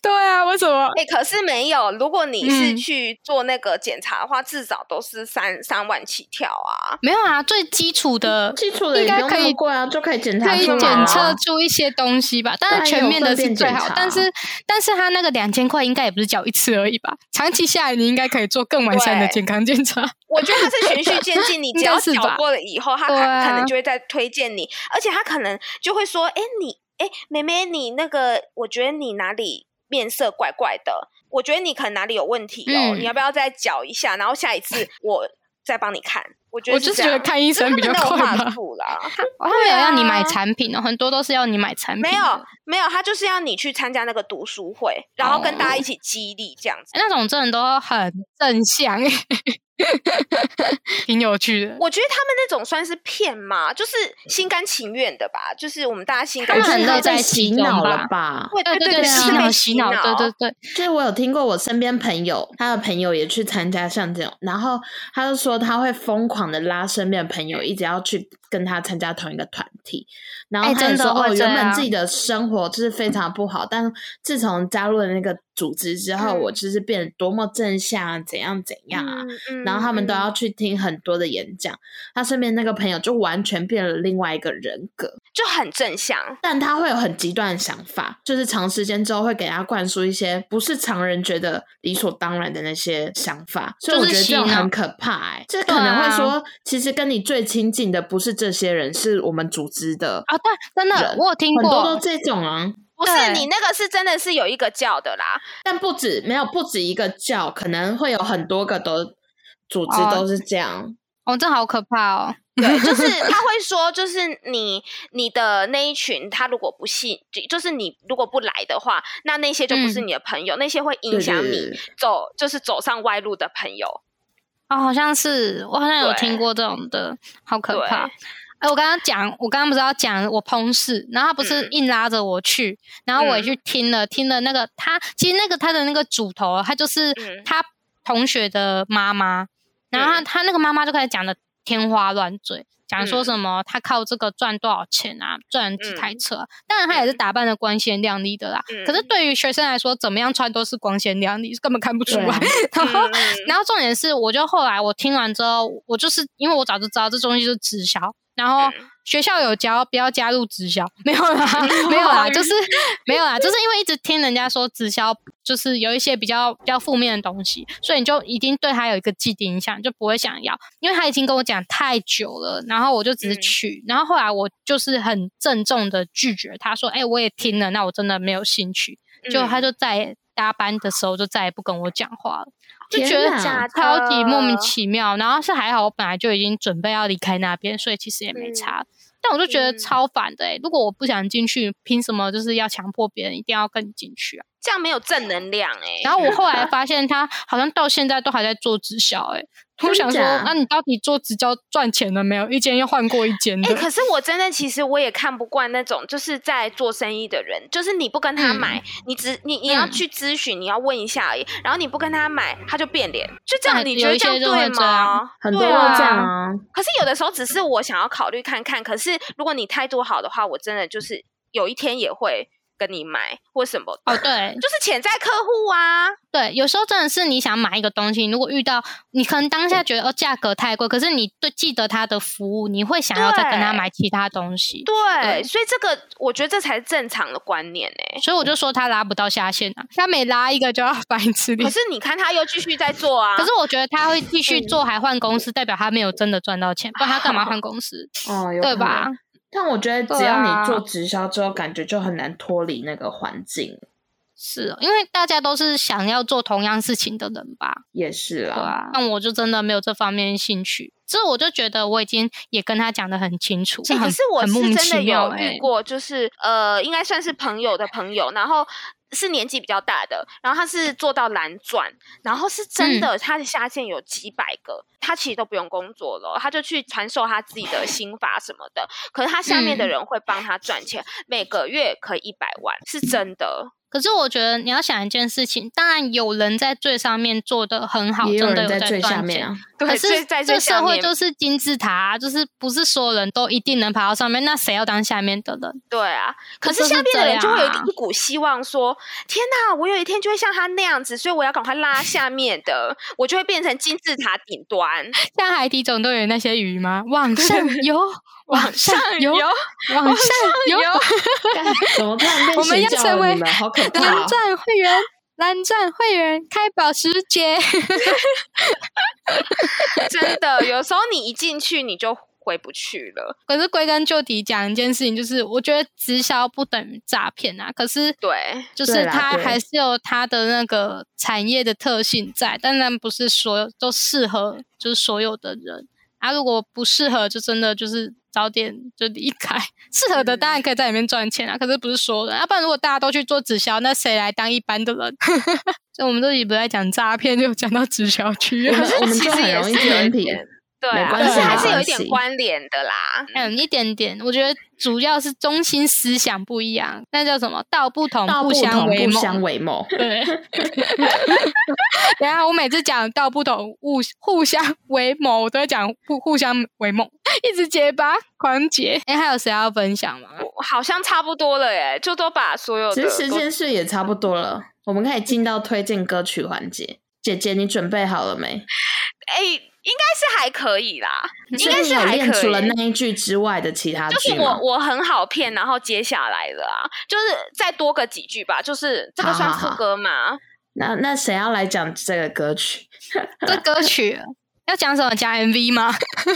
[SPEAKER 2] 对啊，为什么？
[SPEAKER 3] 哎、可是没有，如果你是
[SPEAKER 2] 嗯
[SPEAKER 3] 去做那个检查的话，至少都是三三万起跳啊。
[SPEAKER 2] 没有啊，最基础的
[SPEAKER 1] 嗯基础的也
[SPEAKER 2] 应
[SPEAKER 1] 不
[SPEAKER 2] 该
[SPEAKER 1] 用那
[SPEAKER 2] 可
[SPEAKER 1] 么
[SPEAKER 2] 以
[SPEAKER 1] 贵啊，就可以检
[SPEAKER 2] 可
[SPEAKER 1] 查
[SPEAKER 2] 以
[SPEAKER 1] 出来
[SPEAKER 2] 检
[SPEAKER 1] 啊
[SPEAKER 2] 测出一些东西吧，但是
[SPEAKER 1] 对啊
[SPEAKER 2] 全面
[SPEAKER 1] 也
[SPEAKER 2] 的
[SPEAKER 1] 有
[SPEAKER 2] 是
[SPEAKER 1] 粪便
[SPEAKER 2] 最
[SPEAKER 1] 检查。
[SPEAKER 2] 好
[SPEAKER 1] 啊
[SPEAKER 2] 但是，但是他那个两千块应该也不是缴一次而已吧？长期下来，你应该可以做更完善的
[SPEAKER 3] 对
[SPEAKER 2] 健康检查。
[SPEAKER 3] 我觉得它是循序渐 进，你
[SPEAKER 2] 应
[SPEAKER 3] 只要
[SPEAKER 2] 该是
[SPEAKER 3] 缴
[SPEAKER 2] 吧
[SPEAKER 3] 过了以后，他可、
[SPEAKER 2] 对
[SPEAKER 3] 可
[SPEAKER 2] 啊
[SPEAKER 3] 能就会再推荐你，而且他可能就会说：“哎、你哎、妹妹，你那个，我觉得你哪里面色怪怪的，我觉得你可能哪里有问题哦，
[SPEAKER 2] 嗯
[SPEAKER 3] 你要不要再缴一下？然后下一次我再帮你看。”我觉得
[SPEAKER 2] 我
[SPEAKER 3] 是
[SPEAKER 2] 就是
[SPEAKER 3] 这
[SPEAKER 2] 觉得
[SPEAKER 3] 样
[SPEAKER 2] 看医
[SPEAKER 3] 就是
[SPEAKER 2] 生比较
[SPEAKER 3] 他们
[SPEAKER 2] 快
[SPEAKER 3] 那有
[SPEAKER 2] 吧
[SPEAKER 3] 话。术啦。
[SPEAKER 2] 哦他没有
[SPEAKER 3] 对
[SPEAKER 2] 要你买
[SPEAKER 3] 啊
[SPEAKER 2] 产品哦，很多都是要你买产品。哎
[SPEAKER 3] 没有，没有，他就是要你去参加那个读
[SPEAKER 2] 哦
[SPEAKER 3] 书会，然后跟大家一起激励这样子。
[SPEAKER 2] 那种真的都很正向。欸 挺有趣的。
[SPEAKER 3] 我觉得他们那种算是骗嘛，就是心甘情愿的吧，就是我们大家心
[SPEAKER 1] 他
[SPEAKER 3] 甘
[SPEAKER 2] 们
[SPEAKER 1] 们
[SPEAKER 3] 情
[SPEAKER 2] 很
[SPEAKER 3] 愿
[SPEAKER 2] 乐
[SPEAKER 1] 他
[SPEAKER 2] 在
[SPEAKER 1] 在
[SPEAKER 2] 其
[SPEAKER 1] 洗
[SPEAKER 2] 中
[SPEAKER 1] 脑
[SPEAKER 2] 吧
[SPEAKER 1] 了吧？
[SPEAKER 3] 对对
[SPEAKER 2] 对
[SPEAKER 3] 对，
[SPEAKER 2] 洗
[SPEAKER 3] 是被
[SPEAKER 2] 脑洗脑，对
[SPEAKER 3] 哦
[SPEAKER 2] 对对，哦
[SPEAKER 1] 就是我有听过，我身边朋友他的朋友也去参加像这种，然后他就说他会疯狂的拉身边的朋友，一直要去跟他参加同一个团体。然后
[SPEAKER 2] 哎
[SPEAKER 1] 他也
[SPEAKER 2] 真的
[SPEAKER 1] 说、哦，
[SPEAKER 2] 会这
[SPEAKER 1] 原
[SPEAKER 2] 样
[SPEAKER 1] 本自己的生活就是非常不好，但自从加入了那个组织之后，
[SPEAKER 3] 嗯
[SPEAKER 1] 我就是变得多么正向啊，怎样怎样啊。
[SPEAKER 3] 嗯嗯
[SPEAKER 1] 然后他们都
[SPEAKER 3] 嗯
[SPEAKER 1] 要去听很多的演讲，他身边那个朋友就完全变了另外一个人格。
[SPEAKER 3] 嗯就很正向，
[SPEAKER 1] 但他会有很极端的想法，就是长时间之后会给他灌输一些不是常人觉得理所当然的那些想法，所以
[SPEAKER 2] 就
[SPEAKER 1] 我
[SPEAKER 2] 是
[SPEAKER 1] 觉得
[SPEAKER 2] 洗
[SPEAKER 1] 这种
[SPEAKER 2] 脑
[SPEAKER 1] 很可怕、欸。这
[SPEAKER 2] 对
[SPEAKER 1] 可能
[SPEAKER 2] 啊
[SPEAKER 1] 会说，其实跟你最亲近的不是这些人，是我们组织的
[SPEAKER 2] 啊，对，真的，
[SPEAKER 1] 人
[SPEAKER 2] 我有听
[SPEAKER 1] 很多都
[SPEAKER 2] 过，哦
[SPEAKER 1] 这种啊，
[SPEAKER 3] 不是
[SPEAKER 2] 对
[SPEAKER 3] 你那个是真的是有一个教的啦，
[SPEAKER 1] 但不止没有不止一个教，可能会有很多个都组织
[SPEAKER 2] 哦
[SPEAKER 1] 都是这样。
[SPEAKER 2] 哦，这好可怕哦。
[SPEAKER 3] 对，就是他会说，就是你你的那一群，他如果不信，就就是你如果不来的话，那那些就不是
[SPEAKER 2] 嗯
[SPEAKER 3] 你的朋友，那些会影
[SPEAKER 1] 对
[SPEAKER 3] 响
[SPEAKER 1] 对
[SPEAKER 3] 你
[SPEAKER 1] 对
[SPEAKER 3] 走，就是走上歪路的朋友。
[SPEAKER 2] 哦，好像是，我好像有
[SPEAKER 3] 对
[SPEAKER 2] 听过这种的，好可
[SPEAKER 3] 对
[SPEAKER 2] 怕。哎，我刚刚讲，我刚刚不是要讲我同事，然后他不是
[SPEAKER 3] 嗯
[SPEAKER 2] 硬拉着我去，然后我也去听了，听了那个他，其实那个他的那个主头，他就是
[SPEAKER 3] 嗯
[SPEAKER 2] 他同学的妈妈，然后他他那个妈妈就开始讲的天花乱坠，讲说
[SPEAKER 3] 嗯
[SPEAKER 2] 什么他靠这个赚多少钱啊，赚几台车啊、当然他也是
[SPEAKER 3] 嗯
[SPEAKER 2] 打扮的光鲜亮丽的啦，可是
[SPEAKER 3] 嗯
[SPEAKER 2] 对于学生来说，怎么样穿都是光鲜亮丽，根本看不出
[SPEAKER 1] 对
[SPEAKER 2] 来
[SPEAKER 1] 啊。
[SPEAKER 2] 然后
[SPEAKER 3] 嗯嗯
[SPEAKER 2] 然后重点是，我就后来我听完之后，我就是因为我早就知道这东西是直销，然后
[SPEAKER 3] 嗯
[SPEAKER 2] 学校有教不要加入直销，没有啦， 没有啦，就是没有啦，就是因为一直听人家说直销就是有一些比较比较负面的东西，所以你就已经对他有一个既定印象，就不会想要，因为他已经跟我讲太久了，然后我就只是
[SPEAKER 3] 嗯
[SPEAKER 2] 去，然后后来我就是很郑重的拒绝他说，哎、我也听了，那我真的没有兴趣， 就他
[SPEAKER 3] 嗯
[SPEAKER 2] 就再也搭班的时候就再也不跟我讲话了。就
[SPEAKER 1] 天
[SPEAKER 2] 觉得
[SPEAKER 1] 哪
[SPEAKER 3] 假
[SPEAKER 2] 超级莫名
[SPEAKER 3] 的
[SPEAKER 2] 其妙。然后是还好，我本来就已经准备要离开那边，所以其实也没
[SPEAKER 3] 嗯
[SPEAKER 2] 差。但我就觉得
[SPEAKER 3] 嗯
[SPEAKER 2] 超烦的、欸，如果我不想进去，凭什么就是要强迫别人一定要跟你进去啊？
[SPEAKER 3] 这样没有正能量哎、
[SPEAKER 2] 然后我后来发现他好像到现在都还在做直销、欸，我
[SPEAKER 1] 真
[SPEAKER 2] 想说，
[SPEAKER 1] 假
[SPEAKER 2] 那、你到底做直销赚钱了没有？一间又换过一间
[SPEAKER 3] 哎、
[SPEAKER 2] 的，
[SPEAKER 3] 可是我真的，其实我也看不惯那种就是在做生意的人，就是你不跟他买，你只你你要
[SPEAKER 2] 嗯
[SPEAKER 3] 去咨询，你要问一下而已，然后你不跟他买，他就变脸，就这样，
[SPEAKER 2] 对
[SPEAKER 3] 你
[SPEAKER 2] 有
[SPEAKER 3] 觉得
[SPEAKER 2] 一
[SPEAKER 3] 这样
[SPEAKER 2] 些就会
[SPEAKER 3] 对
[SPEAKER 2] 这样
[SPEAKER 3] 吗？
[SPEAKER 1] 很多
[SPEAKER 3] 对
[SPEAKER 1] 都
[SPEAKER 3] 啊
[SPEAKER 1] 这样啊，
[SPEAKER 3] 可是有的时候只是我想要考虑看看，可是如果你态度好的话，我真的就是有一天也会跟你买或什么的
[SPEAKER 2] 哦，对，
[SPEAKER 3] 就是潜在客户啊，
[SPEAKER 2] 对，有时候真的是你想买一个东西，如果遇到你可能当下觉得哦价格太贵，可是你对记得它的服务，你会想要再跟他
[SPEAKER 3] 对
[SPEAKER 2] 买其他东西。
[SPEAKER 3] 对，
[SPEAKER 2] 对
[SPEAKER 3] 所以这个我觉得这才是正常的观念哎、
[SPEAKER 2] 所以我就说他拉不到下线啊，他每拉一个就要 翻一次
[SPEAKER 3] 可
[SPEAKER 2] 脸。
[SPEAKER 3] 哦是你看他又继续在做啊，
[SPEAKER 2] 可是我觉得他会继续做，还换公司，代表他没有真的赚到钱，不然他干嘛换公司？
[SPEAKER 1] 哦，有
[SPEAKER 2] 对
[SPEAKER 1] 可
[SPEAKER 2] 吧
[SPEAKER 1] 能？？但我觉得
[SPEAKER 2] 对
[SPEAKER 1] 只要
[SPEAKER 2] 啊
[SPEAKER 1] 你做直销之后，感觉就很难脱离那个环境，
[SPEAKER 2] 是哦因为大家都是想要做同样事情的人吧？
[SPEAKER 1] 也是啦。
[SPEAKER 2] 对啊，但我就真的没有这方面兴趣。所以我就觉得我已经也跟他讲的很清楚，
[SPEAKER 3] 欸
[SPEAKER 2] 很
[SPEAKER 3] 可是我
[SPEAKER 2] 很莫
[SPEAKER 3] 是
[SPEAKER 2] 名
[SPEAKER 3] 真
[SPEAKER 2] 其
[SPEAKER 3] 的
[SPEAKER 2] 妙
[SPEAKER 3] 有
[SPEAKER 2] 欸
[SPEAKER 3] 遇过，就是呃，应该算是朋友的朋友，然后是年纪比较大的，然后他是做到蓝钻，然后是真
[SPEAKER 2] 嗯
[SPEAKER 3] 的，他的下线有几百个，他其实都不用工作了，他就去传授他自己的心法什么的，可是他下面的
[SPEAKER 2] 嗯
[SPEAKER 3] 人会帮他赚钱，每个月可以一百万，是真的，
[SPEAKER 2] 可是我觉得你要想一件事情，当然有人在最上面做的很好，
[SPEAKER 1] 也有
[SPEAKER 2] 真的
[SPEAKER 1] 人
[SPEAKER 2] 有
[SPEAKER 1] 在最
[SPEAKER 2] 赚
[SPEAKER 1] 下面
[SPEAKER 2] 钱。
[SPEAKER 1] 啊，
[SPEAKER 3] 对，
[SPEAKER 2] 可
[SPEAKER 3] 所以
[SPEAKER 2] 是
[SPEAKER 3] 在
[SPEAKER 2] 这
[SPEAKER 3] 最下
[SPEAKER 2] 社会
[SPEAKER 3] 面，
[SPEAKER 2] 就是金字塔啊、就是不是所有人都一定能爬到上面，那谁要当下面的人？
[SPEAKER 3] 对啊，可
[SPEAKER 2] 可
[SPEAKER 3] 是
[SPEAKER 2] 就是
[SPEAKER 3] 下面的
[SPEAKER 2] 这
[SPEAKER 3] 人就会有
[SPEAKER 2] 样啊
[SPEAKER 3] 一股希望说：“天哪，我有一天就会像他那样子，所以我要赶快拉下面的，我就会变成金字塔顶端，
[SPEAKER 2] 像海底总动员那些鱼吗？往上游，往上游，
[SPEAKER 3] 有
[SPEAKER 2] 往上游，
[SPEAKER 1] 干怎么突然变
[SPEAKER 2] 我们
[SPEAKER 1] 邪
[SPEAKER 2] 要
[SPEAKER 1] 教
[SPEAKER 2] 成
[SPEAKER 1] 了
[SPEAKER 2] 为
[SPEAKER 1] 你们好可怕、
[SPEAKER 2] 蓝
[SPEAKER 1] 哦！
[SPEAKER 2] 钻会员，蓝钻会员开保时捷。
[SPEAKER 3] 真的，有时候你一进去你就回不去了。
[SPEAKER 2] 可是归根究底讲一件事情，就是我觉得直销不等于诈骗啊。可是
[SPEAKER 3] 对，
[SPEAKER 2] 就是
[SPEAKER 1] 对啦
[SPEAKER 2] 它
[SPEAKER 1] 对
[SPEAKER 2] 还是有它的那个产业的特性在，当然不是所有都适合，就是所有的人啊。如果不适合，就真的就是早点就离开。适合的当然可以在里面赚钱啊，可是不是所有人，要、不然如果大家都去做直销，那谁来当一般的人？ 所以我们这里不是在讲诈骗，就讲到直销去
[SPEAKER 1] 我
[SPEAKER 2] 了
[SPEAKER 1] 们。我们
[SPEAKER 3] 其
[SPEAKER 1] 就
[SPEAKER 3] 实
[SPEAKER 1] 很
[SPEAKER 3] 也
[SPEAKER 1] 容易
[SPEAKER 3] 是有一
[SPEAKER 1] 偏题。
[SPEAKER 3] 点，对
[SPEAKER 1] 没
[SPEAKER 3] 啊，
[SPEAKER 1] 关
[SPEAKER 3] 可是
[SPEAKER 2] 系没
[SPEAKER 3] 还是有一
[SPEAKER 1] 关
[SPEAKER 3] 点
[SPEAKER 1] 系
[SPEAKER 3] 关联的啦。
[SPEAKER 2] 嗯，一点点，我觉得主要是中心思想不一样，那叫什么？道不同，
[SPEAKER 1] 道不
[SPEAKER 2] 相
[SPEAKER 1] 同
[SPEAKER 2] 为
[SPEAKER 1] 不
[SPEAKER 2] 谋。
[SPEAKER 1] 相为谋，
[SPEAKER 2] 对， 等一下我每次讲道不同，互互相为谋，我都会讲互互相为谋，一直结巴狂结。哎、还有谁要分享吗？
[SPEAKER 3] 我好像差不多了耶，就都把所有的
[SPEAKER 1] 其实时
[SPEAKER 3] 都
[SPEAKER 1] 间是也差不多了，我们可以进到推荐歌曲环节。姐姐，你准备好了没？
[SPEAKER 3] 哎、应该是还可以啦，应
[SPEAKER 1] 所
[SPEAKER 3] 该
[SPEAKER 1] 以你
[SPEAKER 3] 是
[SPEAKER 1] 有
[SPEAKER 3] 还
[SPEAKER 1] 练
[SPEAKER 3] 可
[SPEAKER 1] 除了
[SPEAKER 3] 以。
[SPEAKER 1] 那一句之外的其他
[SPEAKER 3] 就是
[SPEAKER 1] 句
[SPEAKER 3] 我
[SPEAKER 1] 吗？
[SPEAKER 3] 我很好骗，然后接下来了啊，就是再多个几句吧，就是这个
[SPEAKER 1] 好
[SPEAKER 3] 算
[SPEAKER 1] 好
[SPEAKER 3] 副
[SPEAKER 1] 好
[SPEAKER 3] 歌吗？
[SPEAKER 1] 那那谁要来讲这个歌曲？
[SPEAKER 2] 这歌 曲要讲什么？讲 MV 吗？
[SPEAKER 1] 没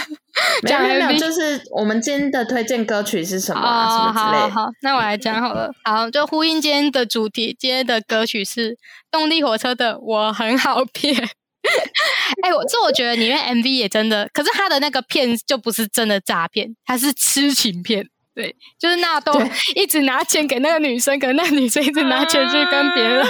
[SPEAKER 1] 有
[SPEAKER 2] 讲
[SPEAKER 1] 没有，没
[SPEAKER 2] MV
[SPEAKER 1] 有就是我们今天的推荐歌曲是什么啊？什
[SPEAKER 2] 哦，
[SPEAKER 1] 么之
[SPEAKER 2] 好
[SPEAKER 1] 类嗯的。
[SPEAKER 2] 好，那我来讲好了。好，就呼应今天的主题，今天的歌曲是动力火车的《我很好 骗》。哎、我这我觉得里面 MV 也真的，可是他的那个骗就不是真的诈骗，他是痴情骗。对，就是纳豆
[SPEAKER 1] 对
[SPEAKER 2] 一直拿钱给那个女生，可是那个女生一直拿钱去跟别
[SPEAKER 1] 啊
[SPEAKER 2] 人，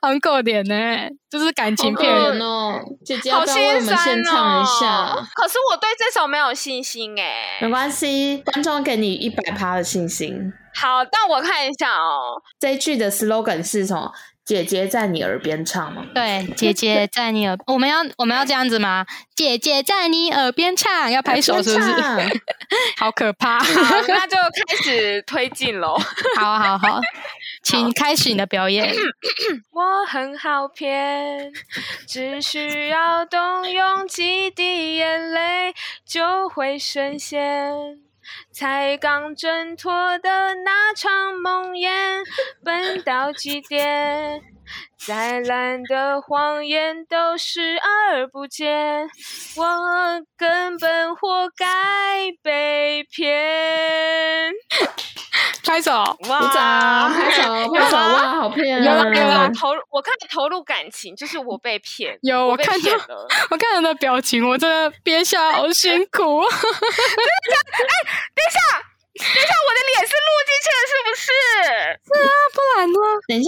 [SPEAKER 2] 很可怜呢、就是感情
[SPEAKER 1] 好可
[SPEAKER 2] 骗人。
[SPEAKER 1] 怜哦，姐姐
[SPEAKER 3] 好
[SPEAKER 1] 要不要为
[SPEAKER 3] 心
[SPEAKER 1] 我们
[SPEAKER 3] 酸
[SPEAKER 1] 献唱一下？嗯
[SPEAKER 3] 哦！可是我对这首没有信心哎、
[SPEAKER 1] 没关系，观众给你一百趴的信心。
[SPEAKER 3] 好，那我看一下哦。
[SPEAKER 1] 这一句的 slogan 是什么？姐姐在你耳边唱吗？
[SPEAKER 2] 对，姐姐在你耳，我们要我们要这样子吗？姐姐在你耳边唱，要拍手是不是？
[SPEAKER 1] 边唱
[SPEAKER 2] 好可 怕！
[SPEAKER 3] 好，那就开始推进喽。
[SPEAKER 2] 好好 好，请开始你的表 演。
[SPEAKER 3] 我很好骗，只需要动用几滴眼泪就会深陷。才刚挣脱的那场梦魇，笨到极点。再烂的谎言都视而不见，我根本活该被骗。
[SPEAKER 2] 拍手。
[SPEAKER 3] 哇
[SPEAKER 1] 鼓掌， 拍手，拍手，哇，好骗
[SPEAKER 2] 有
[SPEAKER 1] 啊
[SPEAKER 2] 啦！有啦
[SPEAKER 3] 我投入，我看投入感情，就是我被骗，
[SPEAKER 2] 有我
[SPEAKER 3] 被
[SPEAKER 2] 看到
[SPEAKER 3] 骗，了。
[SPEAKER 2] 我看到你的表情，我真的憋笑，好辛苦。
[SPEAKER 3] 等一下，我的脸是录进去了，是不是？
[SPEAKER 2] 不然呢？
[SPEAKER 1] 等一下，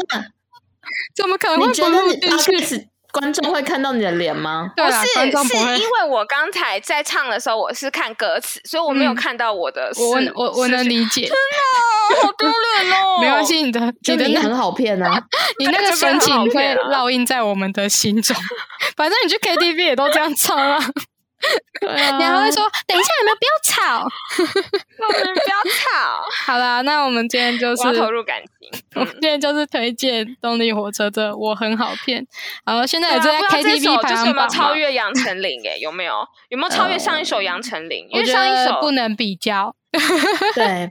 [SPEAKER 2] 怎么可能会
[SPEAKER 1] 你觉
[SPEAKER 2] 不
[SPEAKER 1] 得
[SPEAKER 2] 录
[SPEAKER 1] 你
[SPEAKER 2] 进去？
[SPEAKER 1] podcast 观众会看到你的脸吗？
[SPEAKER 2] 哦对啦，观众
[SPEAKER 3] 不
[SPEAKER 2] 不
[SPEAKER 3] 是，
[SPEAKER 2] 会
[SPEAKER 3] 是。因为我刚才在唱的时候，我是看歌词，所以我没有
[SPEAKER 2] 嗯
[SPEAKER 3] 看到我的视。
[SPEAKER 2] 我我我能
[SPEAKER 3] 视
[SPEAKER 2] 理解，
[SPEAKER 3] 哦，好丢脸哦！
[SPEAKER 2] 没关，系，你的
[SPEAKER 1] 就
[SPEAKER 2] 你的
[SPEAKER 1] 你
[SPEAKER 2] 那
[SPEAKER 1] 很好骗 啊！
[SPEAKER 2] 你那个神情
[SPEAKER 3] 这个
[SPEAKER 2] 会
[SPEAKER 3] 真的很好
[SPEAKER 2] 烙印在我们的心中。 反正你去 KTV 也都这样唱 啊，
[SPEAKER 1] 对啊
[SPEAKER 2] 你还会说等一下有没有不要吵？
[SPEAKER 3] 我们 不要吵，
[SPEAKER 2] 好啦，那我们今天就是
[SPEAKER 3] 我要投入感 情。嗯
[SPEAKER 2] 我们今天就是推荐动力火车的《我很好骗》，然后现在也正在
[SPEAKER 3] 对啊不知道这
[SPEAKER 2] KTV
[SPEAKER 3] 首
[SPEAKER 2] 排
[SPEAKER 3] 就是
[SPEAKER 2] 行
[SPEAKER 3] 有没有
[SPEAKER 2] 榜
[SPEAKER 3] 超
[SPEAKER 2] 嘛，呃
[SPEAKER 3] 越杨丞琳？哎，有没有？有没有超越上一首杨丞琳？因
[SPEAKER 2] 我
[SPEAKER 3] 为
[SPEAKER 2] 觉
[SPEAKER 3] 上一
[SPEAKER 2] 得
[SPEAKER 3] 首
[SPEAKER 2] 不能比较，
[SPEAKER 1] 对，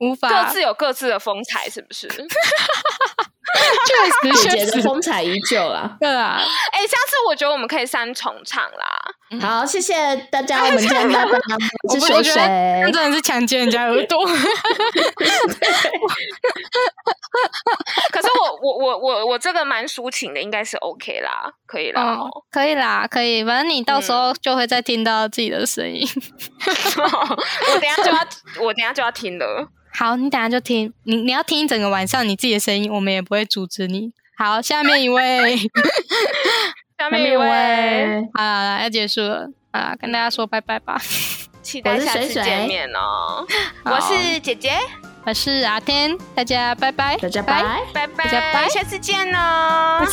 [SPEAKER 2] 无法
[SPEAKER 3] 各自有各自的风采，是不是？
[SPEAKER 2] 确实
[SPEAKER 1] 姐
[SPEAKER 2] 确
[SPEAKER 1] 姐的
[SPEAKER 2] 实
[SPEAKER 1] 风采依旧啦。
[SPEAKER 2] 对啊啦，
[SPEAKER 3] 哎，下次我觉得我们可以三重唱啦。
[SPEAKER 2] 嗯
[SPEAKER 1] 好，谢谢大家， 我们今天拜拜。我
[SPEAKER 2] 我不
[SPEAKER 1] 是
[SPEAKER 2] 我
[SPEAKER 1] 水
[SPEAKER 2] 觉得
[SPEAKER 1] 水
[SPEAKER 2] 那，真的是强奸人家耳 朵，
[SPEAKER 3] 可是我我我我我这个蛮抒情的，应该是 OK 啦，可以啦。哦
[SPEAKER 2] 嗯，可以啦，可以，反正你到时候
[SPEAKER 3] 嗯
[SPEAKER 2] 就会再听到自己的声音。
[SPEAKER 3] 我等一下就要，我等一下就要听了。
[SPEAKER 2] 好，你等下就听，你你要听一整个晚上你自己的声音，我们也不会阻止你。好，下面一位，
[SPEAKER 3] 下面一位，，
[SPEAKER 2] 好啦，要结束了，好啦，跟大家说拜拜吧。
[SPEAKER 3] 期待
[SPEAKER 1] 我是
[SPEAKER 3] 下次
[SPEAKER 1] 水水
[SPEAKER 3] 见面哦。
[SPEAKER 2] 好
[SPEAKER 3] 我是姐姐，
[SPEAKER 2] 我是阿天，大家拜拜，
[SPEAKER 1] 大家拜。
[SPEAKER 3] 拜拜，
[SPEAKER 2] 家拜
[SPEAKER 3] 下次见哦。